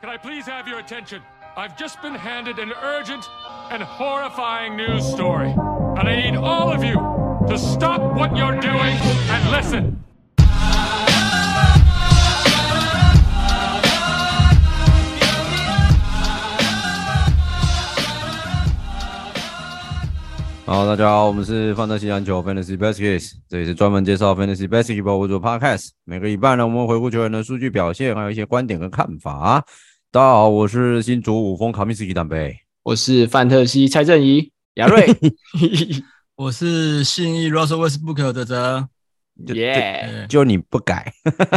can I please have your attention? I've just been handed an urgent and horrifying news story. And I need all of you to stop what you're doing and listen. 好，大家好，我们是范特西篮球 Fantasy Baskets，这里是专门介绍 Fantasy Basketball 为主的 Podcast。每个礼拜呢，我们会回顾球员的数据表现，还有一些观点跟看法。大家好，我是新竹五峰卡米斯基蛋贝。我是范特西蔡正仪亚瑞，我是信义 Russell Westbrook 的哲。耶！ 就你不改，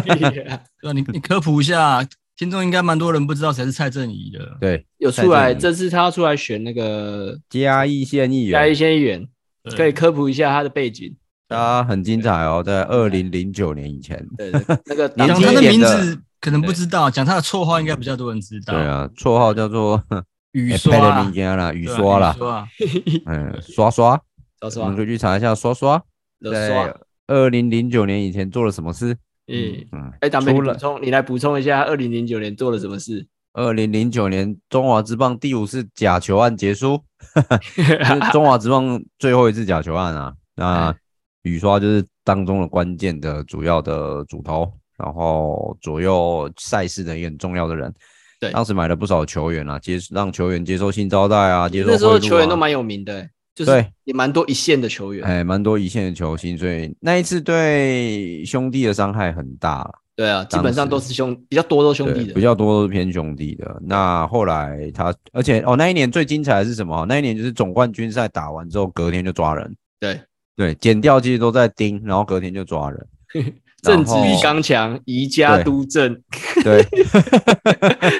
对啊，你 你科普一下，听众应该蛮多人不知道谁是蔡正仪的。对，有出来，蔡正宇这次他要出来选那个嘉义县议嘉义员，县议员，对可以科普一下他的背景。他很精彩哦，在二零零九年以前，对，那个 年党讲纪纪他一的点名的字可能不知道，讲他的绰号应该比较多人知道。对，啊，绰号叫做雨哎贝刷勒啊民间啦，雨对啊刷啦雨，刷，嗯，刷刷，老师我啊们，可以去查一下刷刷老师在啊，二零零九年以前做了什么事。嗯，嗯，哎，党妹，你除了补充，你来补充一下，二零零九年做了什么事？二零零九年中华职棒第五次假球案结束， 就是中华职棒最后一次假球案啊。哎那雨刷就是当中的关键的主要的主头，然后左右赛事的一个很重要的人。对当时买了不少球员啊，接让球员接受性招待啊，接受那时候贿赂啊球员都蛮有名的，欸就是对也蛮多一线的球员。哎蛮多一线的球星，所以那一次对兄弟的伤害很大了。对啊，基本上当都时是兄，比较多都兄对，弟的。比较多都是偏兄弟的。那后来他，而且哦，那一年最精彩的是什么？那一年就是总冠军赛打完之后，隔天就抓人。对，对，剪掉其实都在盯，然后隔天就抓 人。政治然力后刚强，宜家对都政， 对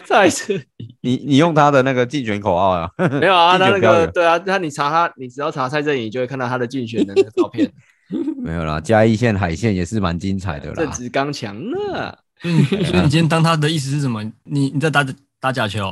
再次你，你用他的那个竞选口号啊， 没有啊，竞他选那标个语对啊，他你查他，你只要查蔡振宇，就会看到他的竞选的那个照 片，没有啦，嘉义县海线也是蛮精彩的正啦。值刚强呢。所以你所以你今天当他的意思是什么？你你在打打假哎球？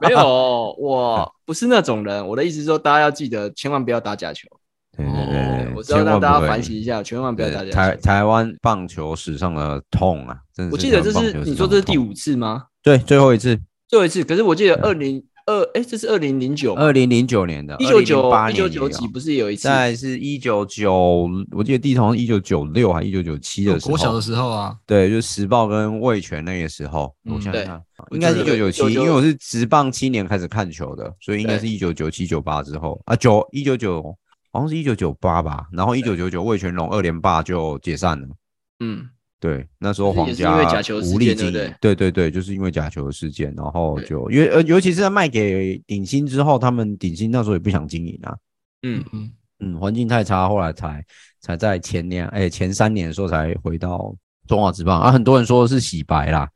没有，哦 我不是那种人。我的意思是说，大家要记得，千万不要打假球。对对对哦我对，知道千让万大不家可反以省一下，千万不要打对假台球。台湾棒球史上的痛啊，真的。我记得这是你说这是第，五次吗？对，最后一次，最后一次，可是我记得二零二，哎，这是二零零九，啊二零零九年的，一九九八一年九也九有几不是有一次？在是一九九，我记得地头好像一九九六还一九九七的时候，国小的时候啊，对，就是时报跟卫权那个时候，嗯我想想对看，应该是一九我记九得七， 1997因为我是职棒七年开始看球的，所以应该是对一九九七九八之后啊，九一九九好像是一九九八吧，然后一九九九魏全龙二连霸就解散了。嗯，对，那时候就是皇也是家因为假球事无力件对经不营，对对对，就是因为假球事件，然后对就因为呃，尤其是在卖给顶薪之后，他们顶薪那时候也不想经营啊，嗯，嗯，嗯，环境太差，后来才才在前年，哎、前三年的时候才回到中华职棒啊。很多人说是洗白啦，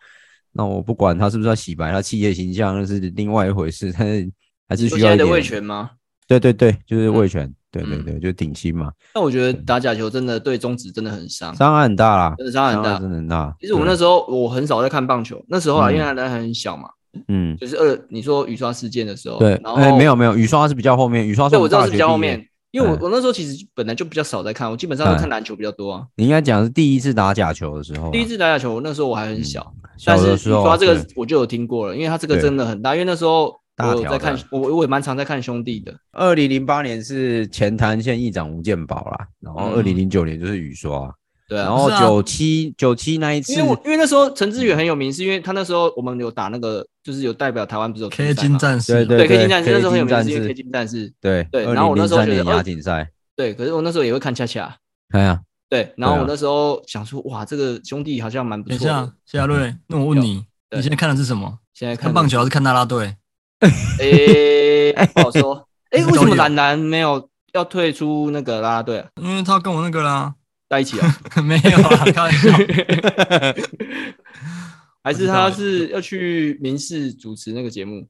那我不管他是不是要洗白，他企业形象那是另外一回事，但是还是你说需要现在一的点。卫权吗？对对对，就是卫权，对对嗯对，就顶薪嘛，那我觉得打假球真的对中指真的很伤，伤害很大啦，嗯真的伤害很大真的很大。其实我们那候，时候我很少在看棒球，那时候啊，嗯因为那还很小嘛，嗯，就是二你说雨刷事件的时候，对，然后、哎、没有没有，雨刷是比较后面，雨刷是对，我我们知道大是学比较后毕业面，，因为我嗯我那时候其实本来就比较少在看，我基本上都看篮球比较多啊。你应该讲是第一次打假球的时候啊、第一次打假球，那时候我还很小，嗯小但是的雨时候刷这个对我就有听过了，因为它这个对真的很大，因为那时候我大有条在看的，我我也蛮常在看兄弟的，二零零八年是前潭县议长吴建宝啦，然后二嗯零零九年就是雨刷，对啊然。后嗯是啊九七九七那一次因为我因为那时候陈志远很有名，是因为他那时候我们有打那个，就是有代表台湾，不是有，K 金金战士，啊对对 K 对金战士那时候很有名，战是因为士 K 金战士对对二然零后我那零时候三觉得年呃亚锦赛，对。可是我那时候也会看恰恰，哎呀，对。然后对啊我那时候想说，哇，这个兄弟好像蛮不等一错的下。，谢亚嗯瑞，那我问你，对你现在看的是什么？现在看看棒，球还是 看啦啦队？诶，不好说。诶，为什都有么蓝蓝没有要退出那个啦啦队啊？因为他跟我那个啦， 在一起啊？没有啦，开玩 笑。还是我知他道是要去民事主持那个节目？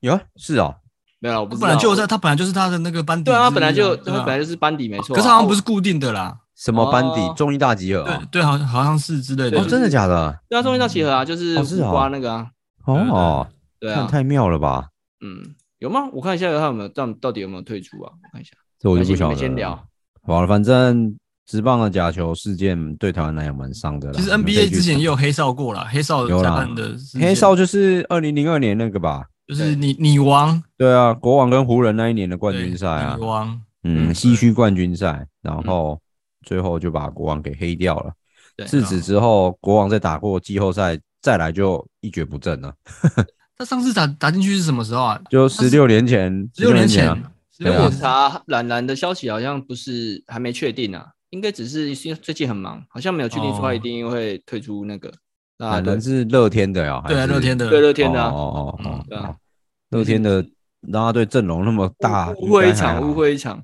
有啊，是哦，没有啦，我不他知本来道啊就在，他本来就是他的那个班底之对一。啊，他本来就对他啊本来就是班底没错啊。可是好像不啊是固定的啦。什么班底哦中医大集合对啊？对，好像好像是之类的。哦，真的假的？对啊，终于到集合啊，就是哦是哦苦瓜那个啊，对哦，对那啊，太妙了吧！嗯，有吗？我看一下他有没有，到到底有没有退出啊？我看一下，这我就不没关系晓得你们了。先聊。好了，反正职棒的假球事件对台湾来讲蛮伤的啦。其实你们可以 NBA 去之前查也有黑哨过啦，黑哨有裁啦判的事件黑哨，就是二零零二年那个吧？就是你你王对啊，国王跟湖人那一年的冠对军赛啊你，王嗯，嗯西区冠军赛，然后最后就把国王给黑掉了。对，自此之后，国王在打过季后赛再来就一蹶不振了，他上次打打进去是什么时候啊？就十六年前，十六年前啊，，十六对啊我年前查懒懒的消息好像不是还没确定啊，应该只是因为最近很忙，好像没有确定哦说他一定会退出那个。那反啊对正是乐天的呀，对啊，还是乐天的对乐天的啊，哦哦哦嗯对哦啊嗯哦，乐天的拉拉队阵容那么大，误误会一应该还场，好误，会一场，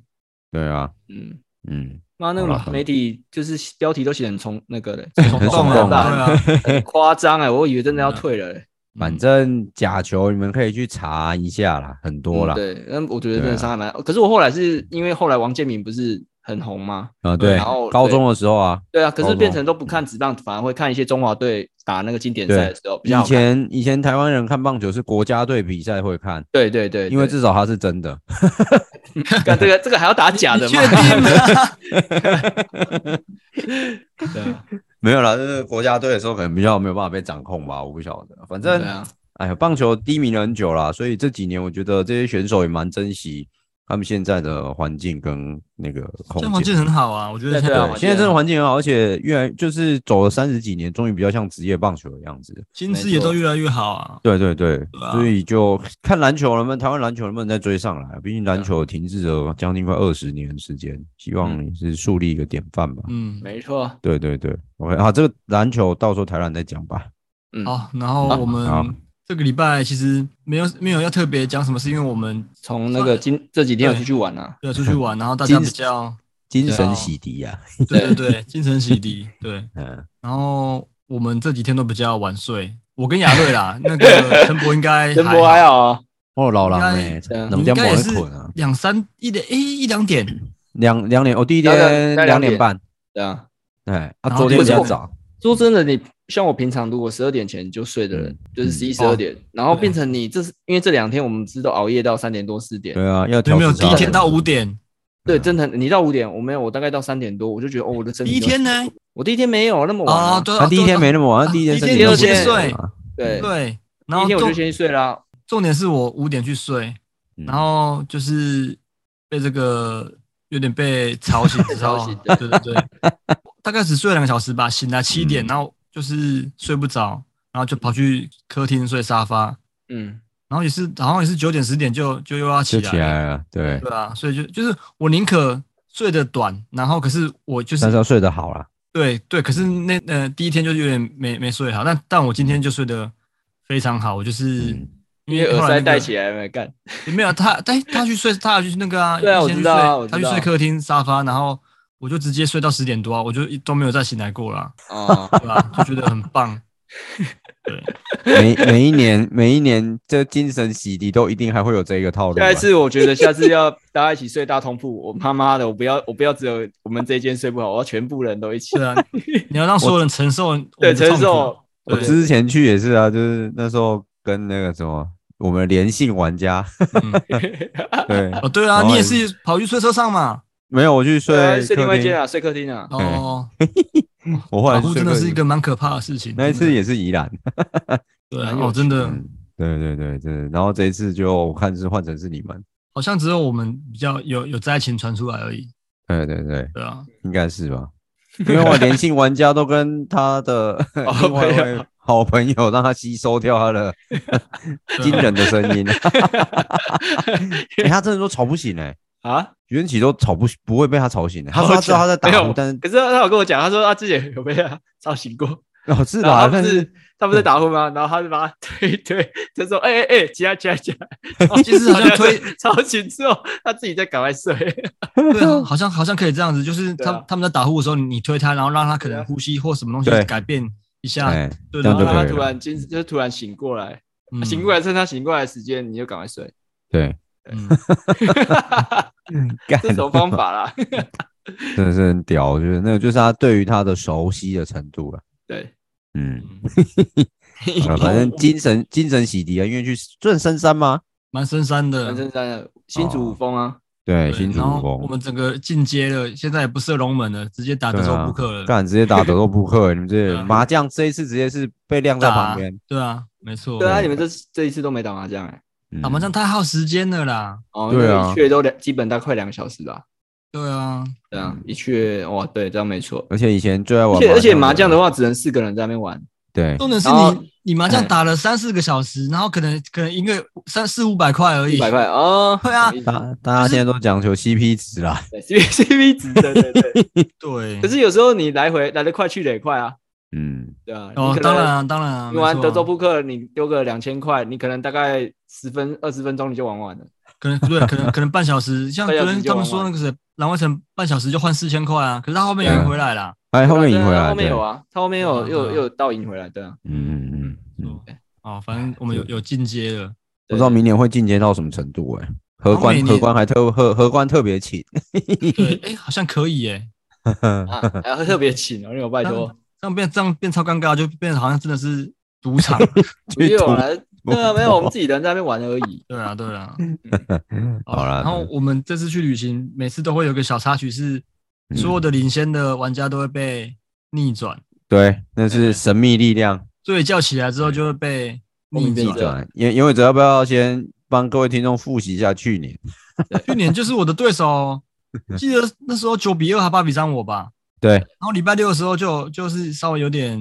对啊，嗯。嗯，妈，那好啦个媒体就是标题都写得很冲那个的，很 很动啊，耸动嗯啊对啊，很夸张哎，我以为真的要退了、欸。反正假球你们可以去查一下啦，很多啦嗯，对，那我觉得真对的啊伤害蛮大。可是我后来是因为后来王建民不是很红吗？啊，对然后，高中的时候啊，对啊，可高是中变成都不看职棒，反而会看一些中华队打那个经典赛的时候比较以好看。前以前台湾人看棒球是国家队比赛会看，对对对，对因为至少它是真的，干这个这个还要啊打假的你吗确？定吗？ 对啊， 没有啦，就是国家队的时候可能比较没有办法被掌控吧，我不晓得。反对正，啊，哎呀，棒球低迷了很久啦，所以这几年我觉得这些选手也蛮珍惜他们现在的环境跟那个空这样环间境。很好啊，我觉得对现对啊在对，环现境在这很种好环境很好，而且越来就是走了三十几年，终于比较像职业棒球的样子。薪资也都越来越好啊。对对对，啊所以就看篮球能不能，台湾篮球能不能再追上来？啊毕竟篮球停滞了将近快二十年的时间，希望你是树立一个典范吧。嗯，没错。对对对，OK 啊，这个篮球到时候台湾再讲吧。嗯，好，然后好我好们这个礼拜其实没有没有要特别讲什么，是因为我们从那个今这几天有出去玩啊，对出去玩，然后大家今比较精对啊神洗涤呀、对对对精神洗涤，对，嗯，然后我们这几天都比较晚睡，我跟雅瑞 啦，那个陈博应该真不还好，好啊。哦，老狼应哎、对啊那我你应们家该猛也人是捆啊，两三一点，诶，一两嗯点，两两点，我、第一大概天大概两两点点半，对啊，哎，然啊，后昨天第比二较天早，说真的，你像我平常如果十二点前就睡的人，就是十一十哦二点，然后变成你这是因为这两天我们知道熬夜到三点多四点，对啊，要有调没有？时差第一天到五点，对，真的很，你到五点，我没有，我大概到三点多，我就觉得哦，我的身体第一天呢？ 我第一天没有那么晚啊、啊，对啊，他第一天没那么晚，他第一天啊身第体一天都就先不好睡啊对，对，然第一后天我重就先睡啦。重点是我五点去睡，嗯然后就是被这个有点被吵醒之吵后醒， 对对对，大概只睡两个小时吧，醒来七点，嗯然后就是睡不着，然后就跑去客厅睡沙发，嗯，然后也是好像也是九点十点就就又要起就来，起来了，对，对啊，所以就就是我宁可睡得短，然后可是我就是但是要睡得好啦。对对，可是那呃第一天就是有点没没睡好，但但我今天就睡得非常好，我就是、嗯因为耳后来塞那个戴起来没干。也没有啊他，他他去睡，他去那个啊， 对啊先我去知道啊睡我知他去道睡客厅沙发，然后我就直接睡到十点多啊，我就一都没有再醒来过啦，哦，对吧、啊就觉得很棒。对，每每一年每一年这精神洗涤都一定还会有这一个套路啊。下一次我觉得下次要大家一起睡大通铺，我他妈的，我不要，我不要只有我们这一间睡不好，我要全部人都一起对。啊，你要让所有人承受我们 对，的承痛苦受。我对之前去也是啊，就是那时候跟那个什么我们连线玩家， 对，嗯哦，对 然啊，后你也你是跑去睡车上嘛？没有我去睡对啊，睡另客外一间厅，啊，睡客厅啊。哦，我后保来去护睡啊真的客是一厅个蛮可怕的事情。那一次真的也是宜兰，对啊，蛮有哦，趣真的嗯对对对对，然后这一次就我看是换成是你们，好像只有我们比较有有灾情传出来而已。对对对，对啊， 应该是吧？因为我连性玩家都跟他的 另外一位好朋友让他吸收掉他的惊人的声音。欸他真的说吵不醒哎、欸，啊，袁启都吵不不会被他吵醒的、他说他知道他在打没有呼，但是可是他有跟我讲，他说他之前有被他吵醒过，哦是然后啦，他但不是是他不是打呼吗？然后他就把他推一推，他说：“哎哎哎，起来起来起来！”然后哦其实好像 他就推吵醒之后，他自己再赶快睡。 对啊，好像好像可以这样子，就是对他、啊他们在打呼的时候，你推他，然后让他可能呼吸或什么东对西改变一下，哎、对，这然样然后后就可以让他突了然精就突然醒过来，嗯醒过来趁他醒过来的时间，你就赶快 睡。对， 嗯，干这是什么方法啦？ 真的是很屌，我觉得那个就是他对于他的熟悉的程度了。对，嗯， 嗯啊哦反正精神精神洗涤啊，因为去算深山吗？蛮深山的南。山山的新哦竹五峰啊，对，对新竹然武后功我。们整个进阶了，现在也不设龙门了，直接打德州扑克了。啊干直接打德州扑克，你们这 啊麻将这一次直接是被晾在旁边。对啊，没错。对啊，你们这这一次都没打麻将哎。啊嗯打麻将太耗时间了啦。哦，对啊那一去都两，基本大概快两个小时吧。对啊，对啊，一去哇，对，这样没错。而且以前最爱玩，而且而且麻将的，话，只能四个人在那边玩。对，重点是然后哎你你麻将打了三四个小时，然后可能可能赢个三四五百块而已。一百块哦， 对啊大大家现在都讲求 CP 值啦， ，C P C P 值，对对对。对可。是有时候你来回来得快去得也快啊，嗯，对啊。你哦可，能当然啊，当然啊。你玩没错德啊州扑克，你丢个两千块，你可能大概十分二十分钟你就玩完了。可能不对，可能可能半小 时，像半昨小时天就他们玩说完那个谁，蓝外城半小时就换四千块啊，可是他后面有对啊人回来啦。哎，后面赢回对啊来，后面有对，啊，他后面对有啊又对啊又有倒赢回来，对啊。嗯嗯嗯嗯，对哦，反正我们有有进阶 了。不知道明年会进阶到什么程度哎，荷然后每官年荷官还特荷荷官特 别请，对，哎，好像可以耶。啊，还要特别请哦，因为我 拜托，这样变这样变超尴尬，就变得好像真的是赌场。不去用赌来， 对啊，没有，我们自己人在那边玩而 已。 对啊，对 啊。 好啦然后我们这次去旅行，每次都会有一个小插曲是，嗯所有的领先的玩家都会被逆转，对，那是神秘力量所以叫起来之后就会被逆逆转。转对，因为因为只要不要先帮各位听众复习一下去年，去年就是我的对手，记得那时候九比二还八比三我吧。对，然后礼拜六的时候就就是稍微有点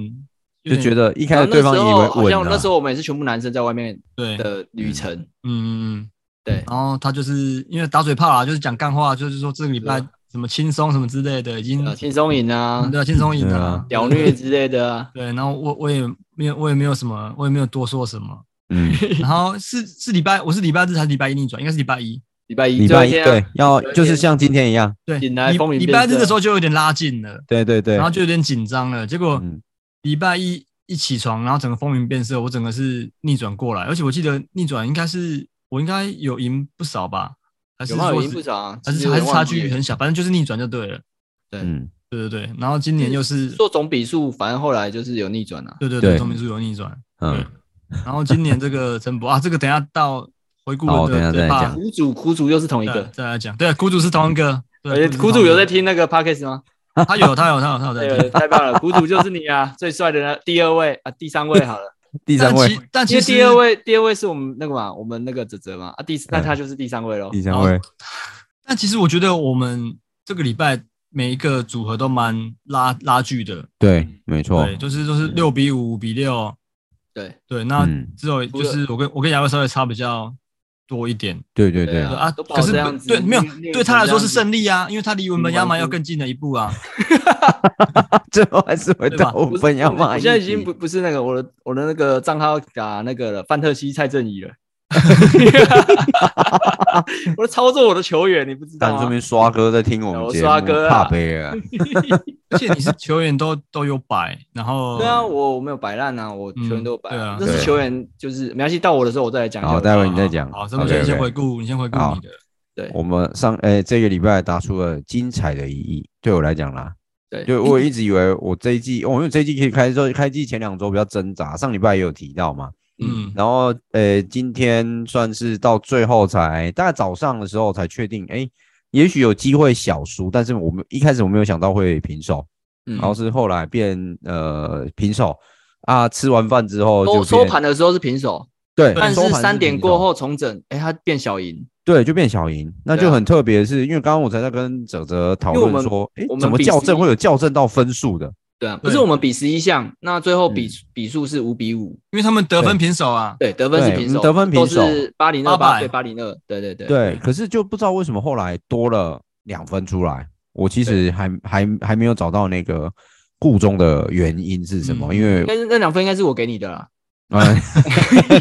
有点就觉得一开然始后那对时方以候好为像稳啊那了时，候我们也是全部男生在外面对，啊嗯的旅程，嗯嗯。对，然后他就是因为打嘴炮啦，就是讲干话，就是说这个礼拜对什么轻松什么之类的，已经啊轻松赢啊，对啊轻松赢了啦。屌虐之类的啊， 对，然后我我也没有我也没有什么，我也没有多说什么。 嗯，然后是是礼拜我是礼拜日还是礼拜一逆转？应该是礼拜一。礼拜一礼最后拜一一天啊对，要最后一就是天像今天一样，对，礼引来风云礼变拜日的色时候就有点拉近了，对对对，然后就有点紧张了。结果嗯礼拜一一起床，然后整个风云变色，我整个是逆转过来，而且我记得逆转应该是我应该有赢不少吧，还是有吗？说有是赢不少啊，还其是实还是我差忘记距了很小，反正就是逆转就对了。嗯，对对对，然后今年又是做总比数，反正后来就是有逆转啊。对对对对，中明珠有逆转。嗯，然后今年这个陈博啊，这个等一下到回顾好的等一下再对吧讲？苦主苦主又是同一对个，再来讲，对，苦主是同一个，对而，且苦主有在听，听哎那个 podcast 吗？他有他有他有他有在对，听。太棒了，苦主就是你啊，最帅的那第二位啊，第三位好 了，第三但位其，但因其为实第二位第二位是我们那个嘛，我们那个泽泽嘛啊，第那他就是第三位喽。第三位，但其实我觉得我们这个礼拜每一个组合都蛮拉拉锯的，对，没错，对，就是都是六比五、五比六，对，对，那嗯只有就是我跟我跟亚瑞稍微差比较多一点，对对对对啊，都不可好是这样子对没有那个对那他个来说是这样胜利啊，因为他离文本亚马要更近了一步啊，最后还是回到对五分要骂我一现在已经起不不是那个我的我的那个账号打那个了，范特西蔡正 仪了。 我在操作我的球员，你不知道啊但说吗？明刷哥在听我们我节目，刷哥怕啊 杯啊，而且你是球员都都有摆，然后对啊，我我没有摆烂啊，我球员都有摆、嗯这对啊是球员就是没关系，到我的时候我再来讲一下好，我待的。会你再讲。好，这么 OK，先 OK 先回顾，你先回顾好你的，对我们上诶、这个礼拜打出了精彩的一役，对我来讲啦，对就我一直以为我这一季，哦、因为这一季可以开周开季前两周比较挣扎，上礼拜也有提到嘛，嗯，然后呃今天算是到最后才大概早上的时候才确定，哎、也许有机会小输，但是我们一开始我没有想到会平手，嗯然后是后来变呃平手啊，吃完饭之后就收收变盘的时候是平手，对，但收是盘三平点手过后重整，哎，它变小赢，对，就变小赢，那对就啊很特别，是因为刚刚我才在跟哲哲讨因为我论们说，诶我，们怎么比校十正一会有校正到分数的？对啊，不是对我们比十一项，那最后比嗯比数是五比五，因为他们得分平手啊，对，得分是对嗯平手，得分平手都是八零二800八对八零二，对对对对，可是就不知道为什么后来多了两分出来，我其实还还还没有找到那个故中的原因是什么，嗯因为但是那两分应该是我给你的啦，嗯，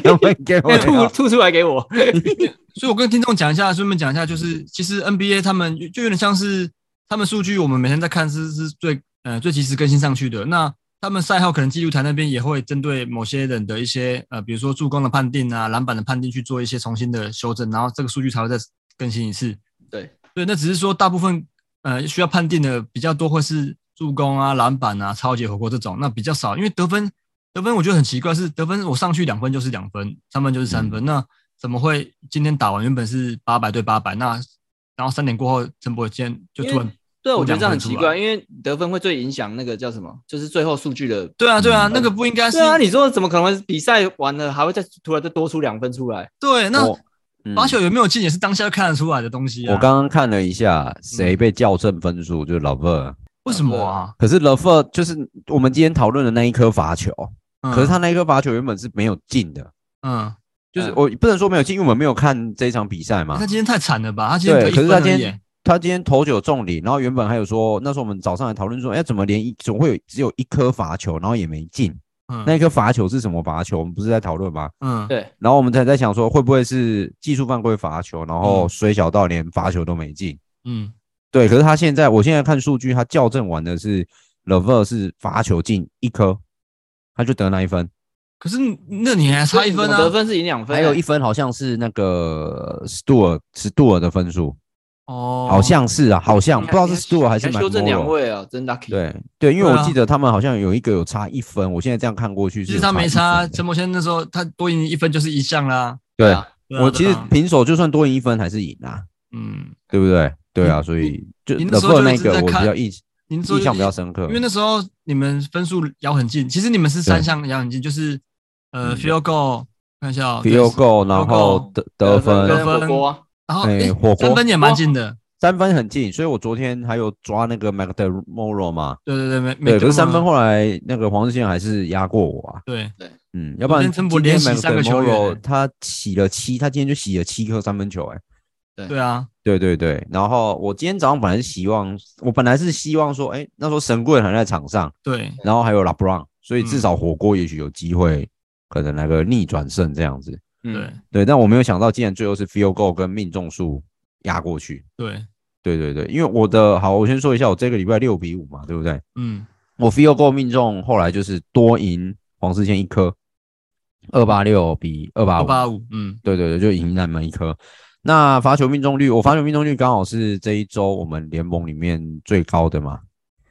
都会 给我吐吐出来给我，所以我跟听众讲一下，顺便讲一下，就是其实 NBA 他们就有点像是他们数据，我们每天在看是是最呃最及时更新上去的。那他们赛后可能记录台那边也会针对某些人的一些呃，比如说助攻的判定啊、篮板的判定去做一些重新的修正，然后这个数据才会再更新一次。 对对，那只是说大部分呃需要判定的比较多会是助攻啊、篮板啊、超级火锅这种，那比较少，因为得分得分我觉得很奇怪，是得分我上去两分就是两分，三分就是三分，嗯那怎么会今天打完原本是八百对八百，那然后三点过后陈柏坚就突因然为对，啊我觉得两这样很分出奇来怪，因为得分会最影响那个叫什么，就是最后数据的。对啊对啊，那个不应该是嗯对啊，你说怎么可能比赛完了还会再突然再多出两分出来？对那我嗯罚球有没有进也是当下看得出来的东西啊。我刚刚看了一下，谁被校正分数，就是老二。为什么啊？可是老二就是我们今天讨论的那一颗罚球，嗯可是他那一颗罚球原本是没有进的，嗯，就是嗯我不能说没有进，因为我们没有看这一场比赛嘛他。今天太惨了吧？他今天对，得可一是他分而今已天耶。他今天头九中里，然后原本还有说，那时候我们早上还讨论说，哎，怎么连一总会有只有一颗罚球，然后也没进，嗯那一颗罚球是什么罚球？我们不是在讨论吗？嗯对，然后我们才在想说，会不会是技术犯规罚球，然嗯后水小到连罚球都没进？嗯对，可是他现在，我现在看数据，他校正完的是 Lever 是罚球进一颗，他就得那一分，可是那你还差一分啊？得分是赢两分，还有一分好像是那个 Stewart Stewart 的分数，哦，好像是啊，好像不知道是 Stewart 还是你蛮修正两 Morrow。位啊，真 lucky。对对，因为对我啊记得他们好像有一个有差一分，我现在这样看过去其实是有他没差，一分的陈柏轩那时候他多赢一分就是一项啦。对啊，对啊我其对实啊平手就算多赢一分还是赢啊，嗯，对不对？对啊，你所以就你那时候 Lever 就那一直个在我比看较印您说印象比较深刻，因为那时候你们分数咬很近，其实你们是三项咬很近，就是呃嗯 field goal 看一下哦 field goal， field 然后 goal，得得分，跟得火分锅啊，然后哎诶火锅三分也蛮近的，三分很近，所以我昨天还有抓那个 Mac d e m o r o 嘛，对对对，没没得对，可是分三分后来那个黄志宪还是压过我啊，对嗯，要不昨天然今陈柏连天洗 Mac 三个 d e 球 m o 员 r o 欸他起了七，他今天就洗了七颗三分球、欸，哎，对啊，对对对，然后我今天早上本来是希望，我本来是希望说，哎、那时候神棍还在场上，对然后还有 LeBron，所以至少火锅也许有机会，可能来个逆转胜这样子，对嗯，对，但我没有想到竟然最后是 field goal 跟命中数压过去，对，对对对，因为我的好，我先说一下，我这个礼拜六比五嘛，对不对？嗯我 field goal 命中后来就是多赢黄世谦一颗，二八六比二八二五，八五，嗯对对对，就赢南门一颗。那罚球命中率，我罚球命中率刚好是这一周我们联盟里面最高的嘛，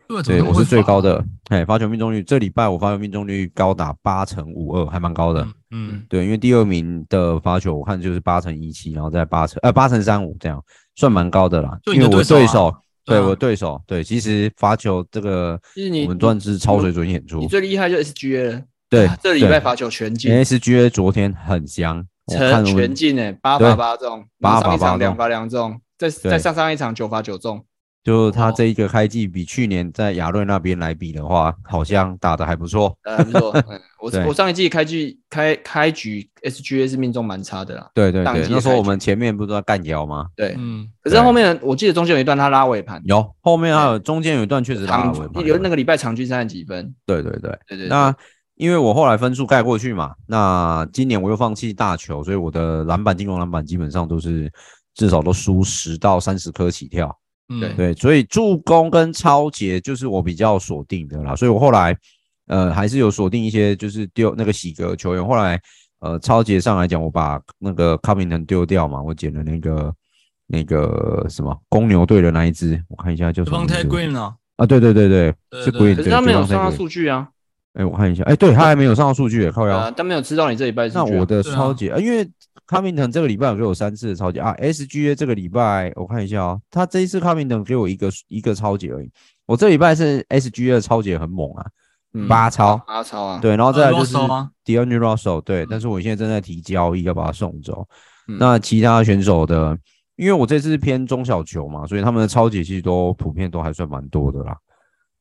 对，怎么对 那么我会是最罚高的。哎，罚球命中率这礼拜我罚球命中率高达八成五二，还蛮高的。嗯嗯对，因为第二名的罚球我看就是八乘一七，然后再八乘呃八乘三五这样，算蛮高的啦。就你因的为我对对手手，对对啊我对手，对，其实罚球这个就是你我们段是超水准演出你，最厉害就 SGA 了。对啊，这礼拜罚球全进， SGA 昨天很香，我看全我全们进诶，八对罚八中，然八后罚上八一场两中罚两中，再对再上上一场九罚 九中，就他这一个开季比去年在亚瑞那边来比的话，好像打的还不错。呃，还不错。嗯我对我上一季开局开开局 SGA 是命中蛮差的啦，对对当季对的，那时候开我们前面不是在干腰吗？对。嗯，可是后面我记得中间有一段他拉尾盘，有后面还有中间有一段确实拉场了尾盘，有那个礼拜场均三十几分，对对对。对对对，那因为我后来分数盖过去嘛，那今年我又放弃大球，所以我的篮板进攻篮板基本上都是至少都输十到三十颗起跳。嗯对对，所以助攻跟超节就是我比较锁定的啦，所以我后来呃还是有锁定一些就是丢那个喜格球员，后来呃超节上来讲，我把那个康明腾丢掉嘛，我捡了那个那个什么公牛队的那一只，我看一下叫什么 Devontae 名字 Green 哦，啊，对对对对，对是对 Green，可是对他没有 Devontae 上到 Green 数据啊，哎、我看一下，哎、对他还没有上到数据耶，靠对腰。啊，他没有吃到你这礼拜的数那据我啊。的对啊超级，啊、因为卡明腾这个礼拜有给我三次的超级啊，SGA 这个礼拜我看一下哦，他这一次卡明腾给我一个一个超级而已。我这礼拜是 SGA 的超级很猛啊，嗯巴超，阿超啊，，对，然后再来呃就是，Russell 吗 DeAndre Russell，对，但是我现在正在提交易要把他送走。嗯那其他选手的，因为我这次是偏中小球嘛，所以他们的超级其实都普遍都还算蛮多的啦，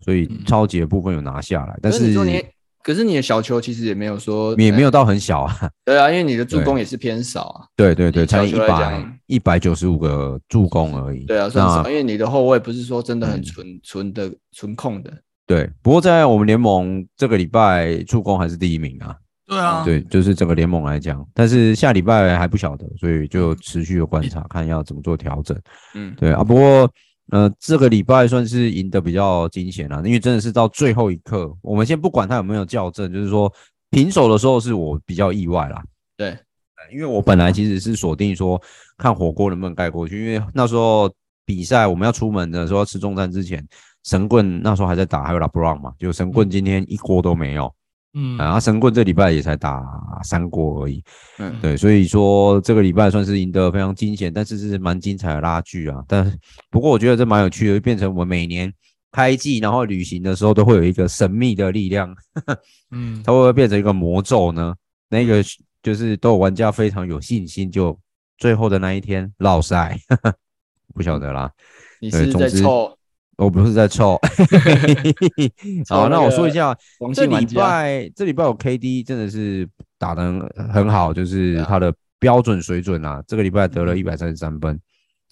所以嗯超级的部分有拿下来，可但是你说你是，可是你的小球其实也没有说，也没有哎，到很小啊。对啊，因为你的助攻也是偏少啊，对对对，以才小一球来百讲一百九十五个助攻而已。对啊，算那少，因为你的后卫不是说真的很嗯纯纯的纯控的，对，不过在我们联盟这个礼拜助攻还是第一名啊。对啊，对，就是整个联盟来讲，但是下礼拜还不晓得，所以就持续的观察，看要怎么做调整。嗯，对啊，不过呃，这个礼拜算是赢得比较惊险啊了，因为真的是到最后一刻，我们先不管他有没有校正，就是说平手的时候是我比较意外啦，对，因为我本来其实是锁定说看火锅能不能盖过去，因为那时候比赛我们要出门的时候要吃中餐之前，神棍那时候还在打，还有拉布朗嘛，就神棍今天一锅都没有，嗯，啊，神棍这礼拜也才打三锅而已，嗯，对，所以说这个礼拜算是赢得非常惊险，但是是蛮精彩的拉锯啊。但不过我觉得这蛮有趣的，变成我们每年开季然后旅行的时候，都会有一个神秘的力量，嗯，它会不会变成一个魔咒呢？那个就是都有玩家非常有信心，就最后的那一天落赛， 不晓得啦，你对是总在之凑我不是在臭。好，那我说一下，王这姓玩礼家，拜这礼拜我 KD 真的是打得很很好，就是他的标准水准啊。这个礼拜得了一百三十三分，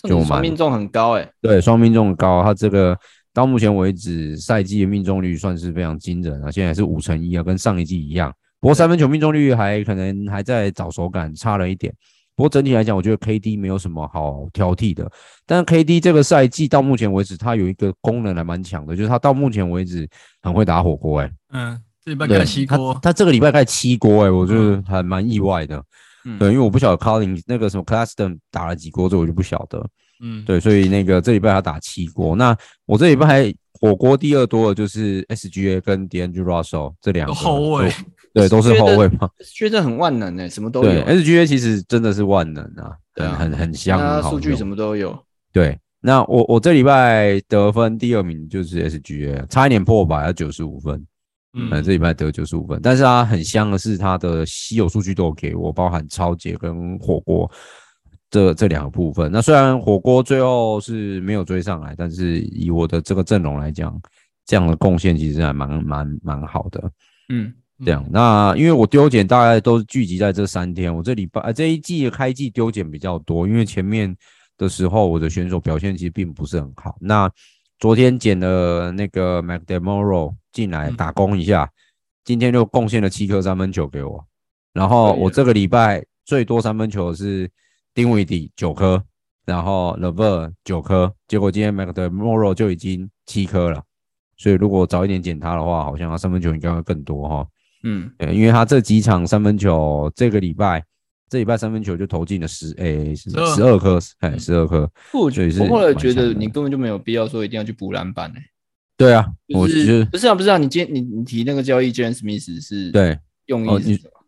这就种蛮命中很高哎，对，双命中很高。啊他这个到目前为止赛季的命中率算是非常惊人啊，现在是五成一啊，跟上一季一样。不过三分球命中率还可能还在找手感，差了一点。不过整体来讲，我觉得 KD 没有什么好挑剔的。但是 KD 这个赛季到目前为止，他有一个功能还蛮强的，就是他到目前为止很会打火锅、欸，嗯，这礼拜对盖西锅嗯他，他这个礼拜盖七锅哎、我就是还蛮意外的。嗯对，因为我不晓得 Colin 那个什么 Claston 打了几锅，这我就不晓得。嗯，对，所以那个这礼拜他打七锅。那我这礼拜还火锅第二多的就是 SGA 跟 d a n g e Russell 这两个都后卫都，对，都是后卫嘛。觉得很万能哎，什么都对有， ，SGA 其实真的是万能啊，对很啊很很香，那很好数据用什么都有，对，那我我这礼拜得分第二名就是 SGA，差一点破百，啊要九十五分。嗯嗯，这礼拜得九十五分，但是他很香的是他的稀有数据都有给我，包含超节跟火锅这这两个部分。那虽然火锅最后是没有追上来，但是以我的这个阵容来讲，这样的贡献其实还蛮蛮蛮好的。嗯，这样，那因为我丢捡大概都是聚集在这三天，我这礼拜、呃、这一季的开季丢捡比较多，因为前面的时候我的选手表现其实并不是很好。那昨天捡了那个 Mac Demoro 进来嗯打工一下，今天就贡献了七颗三分球给我，然后可以我了这个礼拜最多三分球的是丁威迪九颗，然后 l e v e r 九颗，结果今天 Mac Demoro 就已经七颗了。所以如果早一点捡他的话，好像他三分球应该会更多哈、嗯，对，呃因为他这几场三分球，这个礼拜这礼拜三分球就投进了十诶十12十二颗，嗯哎十二颗。不过我所以觉是我后来蛮觉强得的你根本就没有必要说一定要去补篮板哎，对啊，我就就是是不是啊不是啊，你今天你你提那个交易 James Smith 是对用哦意你是什么？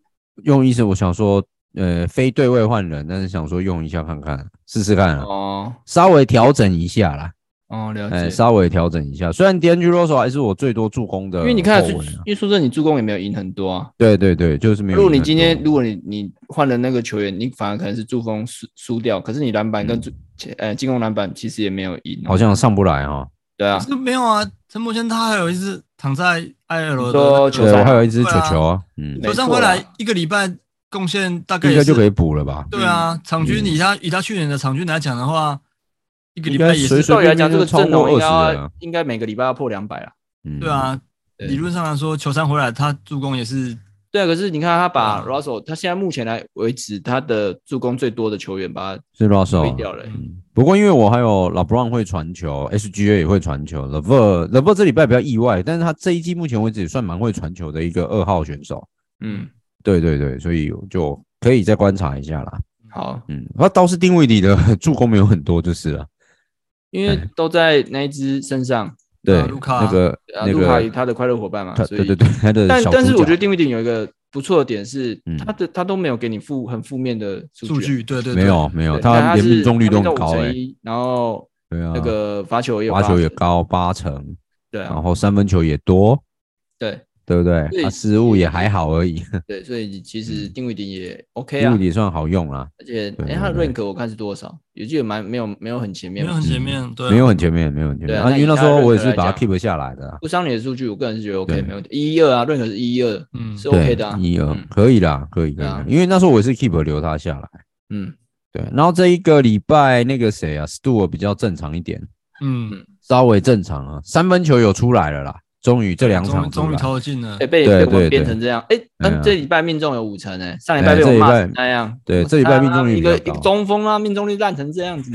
用意思，我想说呃非对位换人，但是想说用一下看看，试试看啊，哦稍微调整一下啦，哦，了哎解。稍微调整一下。虽然 d a n g e l o s o 还是我最多助攻的后因为卫啊，你看，因为说真的，你助攻也没有赢很多啊。对对对，就是没有赢很多。如果你今天如果你你换了那个球员，你反而可能是助攻输输掉，可是你篮板跟助呃进攻篮板其实也没有赢嗯啊，好像上不来哈，对啊可，是没有啊，陈柏轩他还有一次躺在 IL 你的说球对，赛我还吗有一只球对啊球啊，嗯，没球上错回啦来一个礼拜贡献大概应也该是就可以嗯补了吧？对啊，场均以他以他去年的场均来讲的话，一个礼应该拜也随是随照理来讲，这个超阵过二容应十该了要啊，应该每个礼拜要破两百啊。嗯对啊，对理论上来说，球三回来他助攻也是对啊，可是你看他把对 Russell，他现在目前来为止他的助攻最多的球员把他是 Russell 推掉了欸。嗯不过因为我还有老 Brown 会传球，SGA 也会传球 l e v e r l e v e r 这礼拜比较意外，但是他这一季目前为止也算蛮会传球的一个二号选手。嗯，对对对，所以就可以再观察一下啦。好，嗯，他倒是定位里的助攻没有很多就是了。因为都在那一只身上，哎对，啊卢卡那个啊，那卢卡与个，他的快乐伙伴嘛，他所对以对对， 他的但小但是主我角觉得定位点有一个不错的点是嗯，他的他都没有给你负很负面的数数据据，对对对，没有没啊，有，对但连是命中率都很他高命中诶、欸， 51%然后对啊，那个罚球也有罚球也八成，高八成，哦对然啊，后三分球也多，对，对不对？对啊，失误也还好而已，对，所以其实嗯定位点也 OK 失啊误，也算好用啊，而且对哎，他的对嗯 rank 我看是多少，也就蛮没有没有很前没面有嘛嗯很。前面，对啊，没有很前面，没有很前对面啊啊，那因为以那他时候认我也可是来把它讲 keep 下来的啊，不伤你的数据，我个人是觉得 OK，对没有一一二啊，rank 是一一二，嗯是 OK 对的啊。一二嗯可以啦，可以可对以啊啦，因为那时候我也是 keep 留他下来。嗯，对，然后这一个礼拜那个谁啊，Stewart 比较正常一点，嗯，稍微正常啊，三分球有出来了啦，终于这两场终于出终于来，投进了哎，，被对被我们对变对成这样，哎，哎嗯呀，这礼拜命中有五成哎，上礼哎拜被我这礼骂拜成那样，对我这礼拜操命中率一比较个一个高中锋啊，命中率烂成这 样子，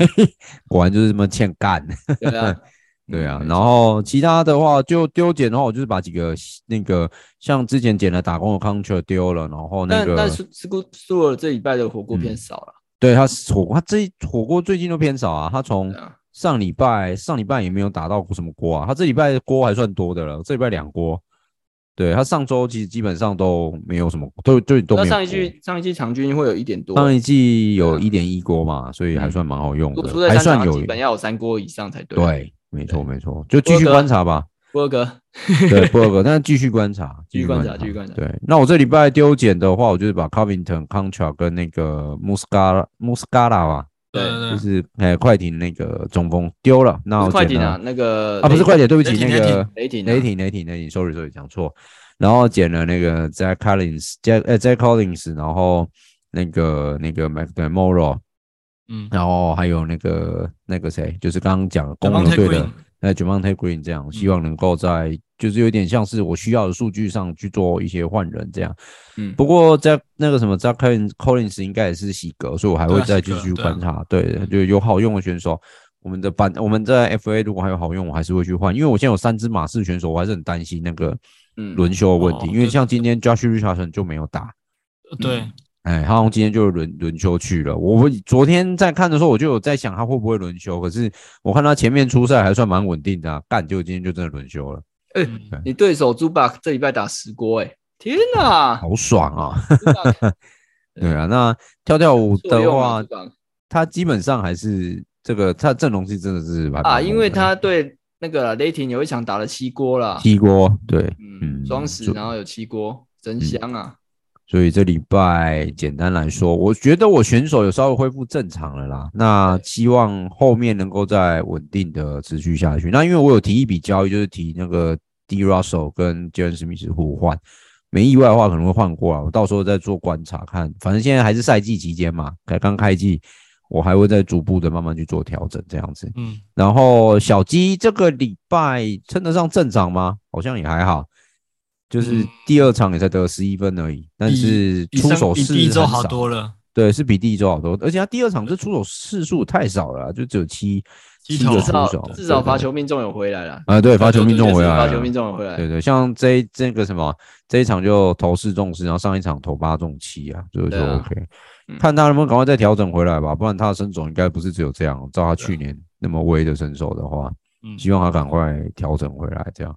果然就是这么欠干。对啊， 对啊，嗯然后其他的话就丢捡的话，我就是把几个那个像之前捡的打工的 contract 丢了，然后那但个但是斯库斯库尔这礼拜的火锅偏嗯少了，对他火锅，他这一火锅最近都偏少啊。他从对啊上礼拜上礼拜也没有打到什么锅啊，他这礼拜锅还算多的了，这礼拜两锅。对他上周其实基本上都没有什么，都都都没那有锅。上一季上一季场均会有一点多，上一季有对啊一点一锅嘛，所以还嗯算蛮好用如果的，出在还三算场他有基本要有三锅以上才对。，对，没错没错，就继波续哥观察吧。波哥， 对，不合格，但是继续观察，继续观察继续观观察对，那我这礼拜丢捡的话，我就是把 Covington、Contra 跟那个 Muscala、Muscala 吧，对对就对，是哎快艇那个中锋丢了，那不我嗯是快捡艇啊了，那个啊，不是快艇，对不起，雷霆那个雷霆啊雷霆雷霆雷霆，sorry sorry 讲错，然后捡了那个 Zach Collins、Jack 呃 Zach Collins，然后那个那个 McDermott，嗯，然后还有那个那个谁，就是刚刚讲的公 Javonte 牛队的 Green，那 j a m o n t e Green 这样，嗯希望能够在就是有点像是我需要的数据上去做一些换人这样。嗯不过在那个什么 Zach Collins- Collins 应该也是喜格，所以我还会对啊再喜继格续对啊观察。对就有好用的选手，我们的版我们在 FA 如果还有好用，我还是会去换，因为我现在有三支马刺选手，我还是很担心那个嗯轮休的问题，哦因为对像今天 Josh Richardson 就没有打。对，哎，他好像今天就轮轮休去了。我我昨天在看的时候，我就有在想他会不会轮休，可是我看他前面出赛还算蛮稳定的、啊，干就今天就真的轮休了，哎嗯你对手朱巴这礼拜打十锅哎，天哪！好爽啊！ Zubac， 对啊，那跳跳舞作的用啊话， ，Zubac 他基本上还是这个他阵容是真的是还蛮啊，因为猛的他对那个雷霆有一场打了七锅啦，踢锅，对，嗯，嗯，双十所然后有七锅，真香啊！所以这礼拜简单来说，我觉得我选手有稍微恢复正常了啦。那希望后面能够再稳定的持续下去。那因为我有提一笔交易，就是提那个 D Russell 跟 Jalen 史密斯互换，没意外的话可能会换过来。我到时候再做观察看，反正现在还是赛季期间嘛，才刚开季，我还会再逐步的慢慢去做调整这样子。嗯，然后小鸡这个礼拜称得上正常吗？好像也还好，就是嗯第二场也才得十一分而已，但是比出上手比次第一周很好少多了，对，是比第一周好多，而且他第二场这出手次数太少了啊，就只有七七个投至出少手，至少对罚球命中有回来了，啊，对，罚对球对命中对回是来了，罚球命中有回来对，对，像这一这个什么这一场就投四中四，然后上一场投八中七啊，所以就对啊 OK，、嗯看他能不能赶快再调整回来吧，不然他的身手应该不是只有这样，照他去年那么威的身手的话，嗯，希望他赶快调整回来。这样，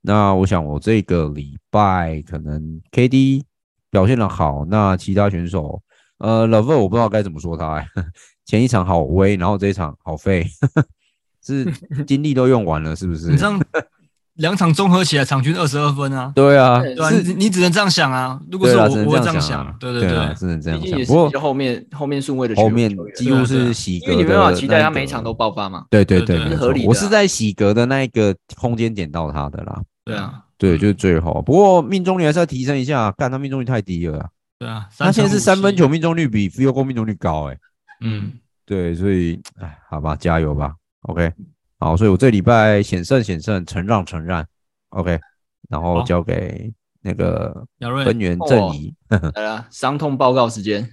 那我想我这个礼拜可能 KD 表现的好，那其他选手，呃 l e v e 我不知道该怎么说他、欸， 前一场好威，然后这一场好废， 是 精力都用完了，是不是你？这样两场综合起来，场均二十二分啊，对啊，对对啊，是，你你只能这样想啊，如果对是啊，我只，能我会这样样啊想，对对对啊，，只能这毕样竟想。也不是过比较后面后面顺位的球后面球员几乎对啊对是啊喜格因的那为你一没个，办法期待他每一场都爆发嘛。对对对对，对没是合错理的我啊是在喜格的那一个空间点到他的啦。对啊，对，就是最后。不过命中率还是要提升一下，啊干他命中率太低了啊。对啊，他现在是三分球3.57，命中率比 field goal 命中率高、欸，嗯，对，所以，哎，好吧，加油吧，OK，好，所以我这礼拜险胜险胜，承让承让，OK，然后好哦交给那个姚瑞，分园正义，来了，伤痛报告时间。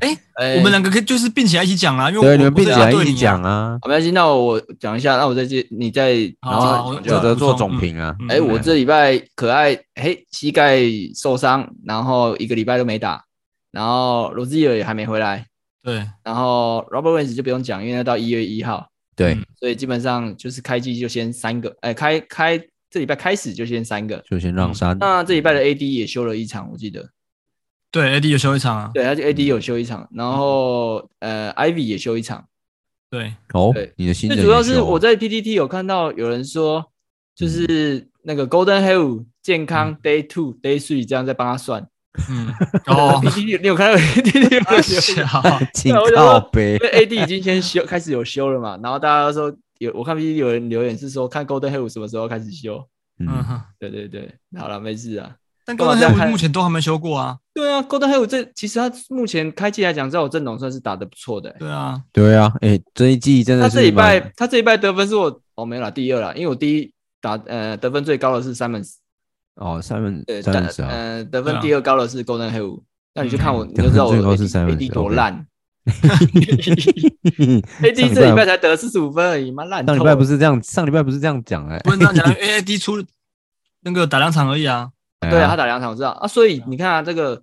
哎哎我们两个可以就是并起来一起讲啦，因为对，我你们并起来一起，我讲啊，好，没关系，那我讲一下，那我再接，你再然好啊后我讲就有好我的做补充总评啊，不是哎、要对你啊嗯我这礼拜可爱，嘿，膝盖受伤，然后一个礼拜都没打，然后罗兹尔也还没回来，对然后 Robert w i n s 就不用讲，因为要到一月一号，对，所以基本上就是开机就先三个，哎、开开这礼拜开始就先三个。就先嗯让三，那这礼拜的 AD 也休了一场，我记得，对，AD 有休一场啊，对，他嗯就 AD 有休一场，然后呃，Ivy 也休一场。对，哦对，你的新最人主要也是秀啊嗯我在 PPT 有看到有人说，就是那个 Golden Hill 健康 Day Two、Day Three 这样再帮他算。嗯，哦 你，你你有看到 AD 有没 有是修？啊， 请我就靠说背因。为 AD 已经先修， 开始有修了嘛。然后大家都说有，我看 PPT 有人留言是说看 Golden Hill 什么时候开始修。嗯嗯，哼，对对对，好了，没事啊。但干高登嘛这样黑看目前都还没修过啊。对啊，Golden Hill 这其实他目前开季来讲，在我阵容算是打得不错的欸、对啊，对啊，哎、这一季真的他是这礼拜蛮他这礼拜得分是我哦没有啦，第二啦，因为我第一打呃得分最高的是 Simons，哦，三分对，三但分十啊，嗯呃得对分啊第二高的是 Golden Hill，那你去看我，你得就分知道我最高是 AD Simons， AD 多 OK 烂。上 AD 礼这礼拜拜才得四十五分而已，妈烂透 上了。礼拜不是这样，上礼拜不是这样讲哎、不能这样讲，因为 AD 出那个打两场而已啊。对啊，他打两场我知道啊，所以你看啊，这个，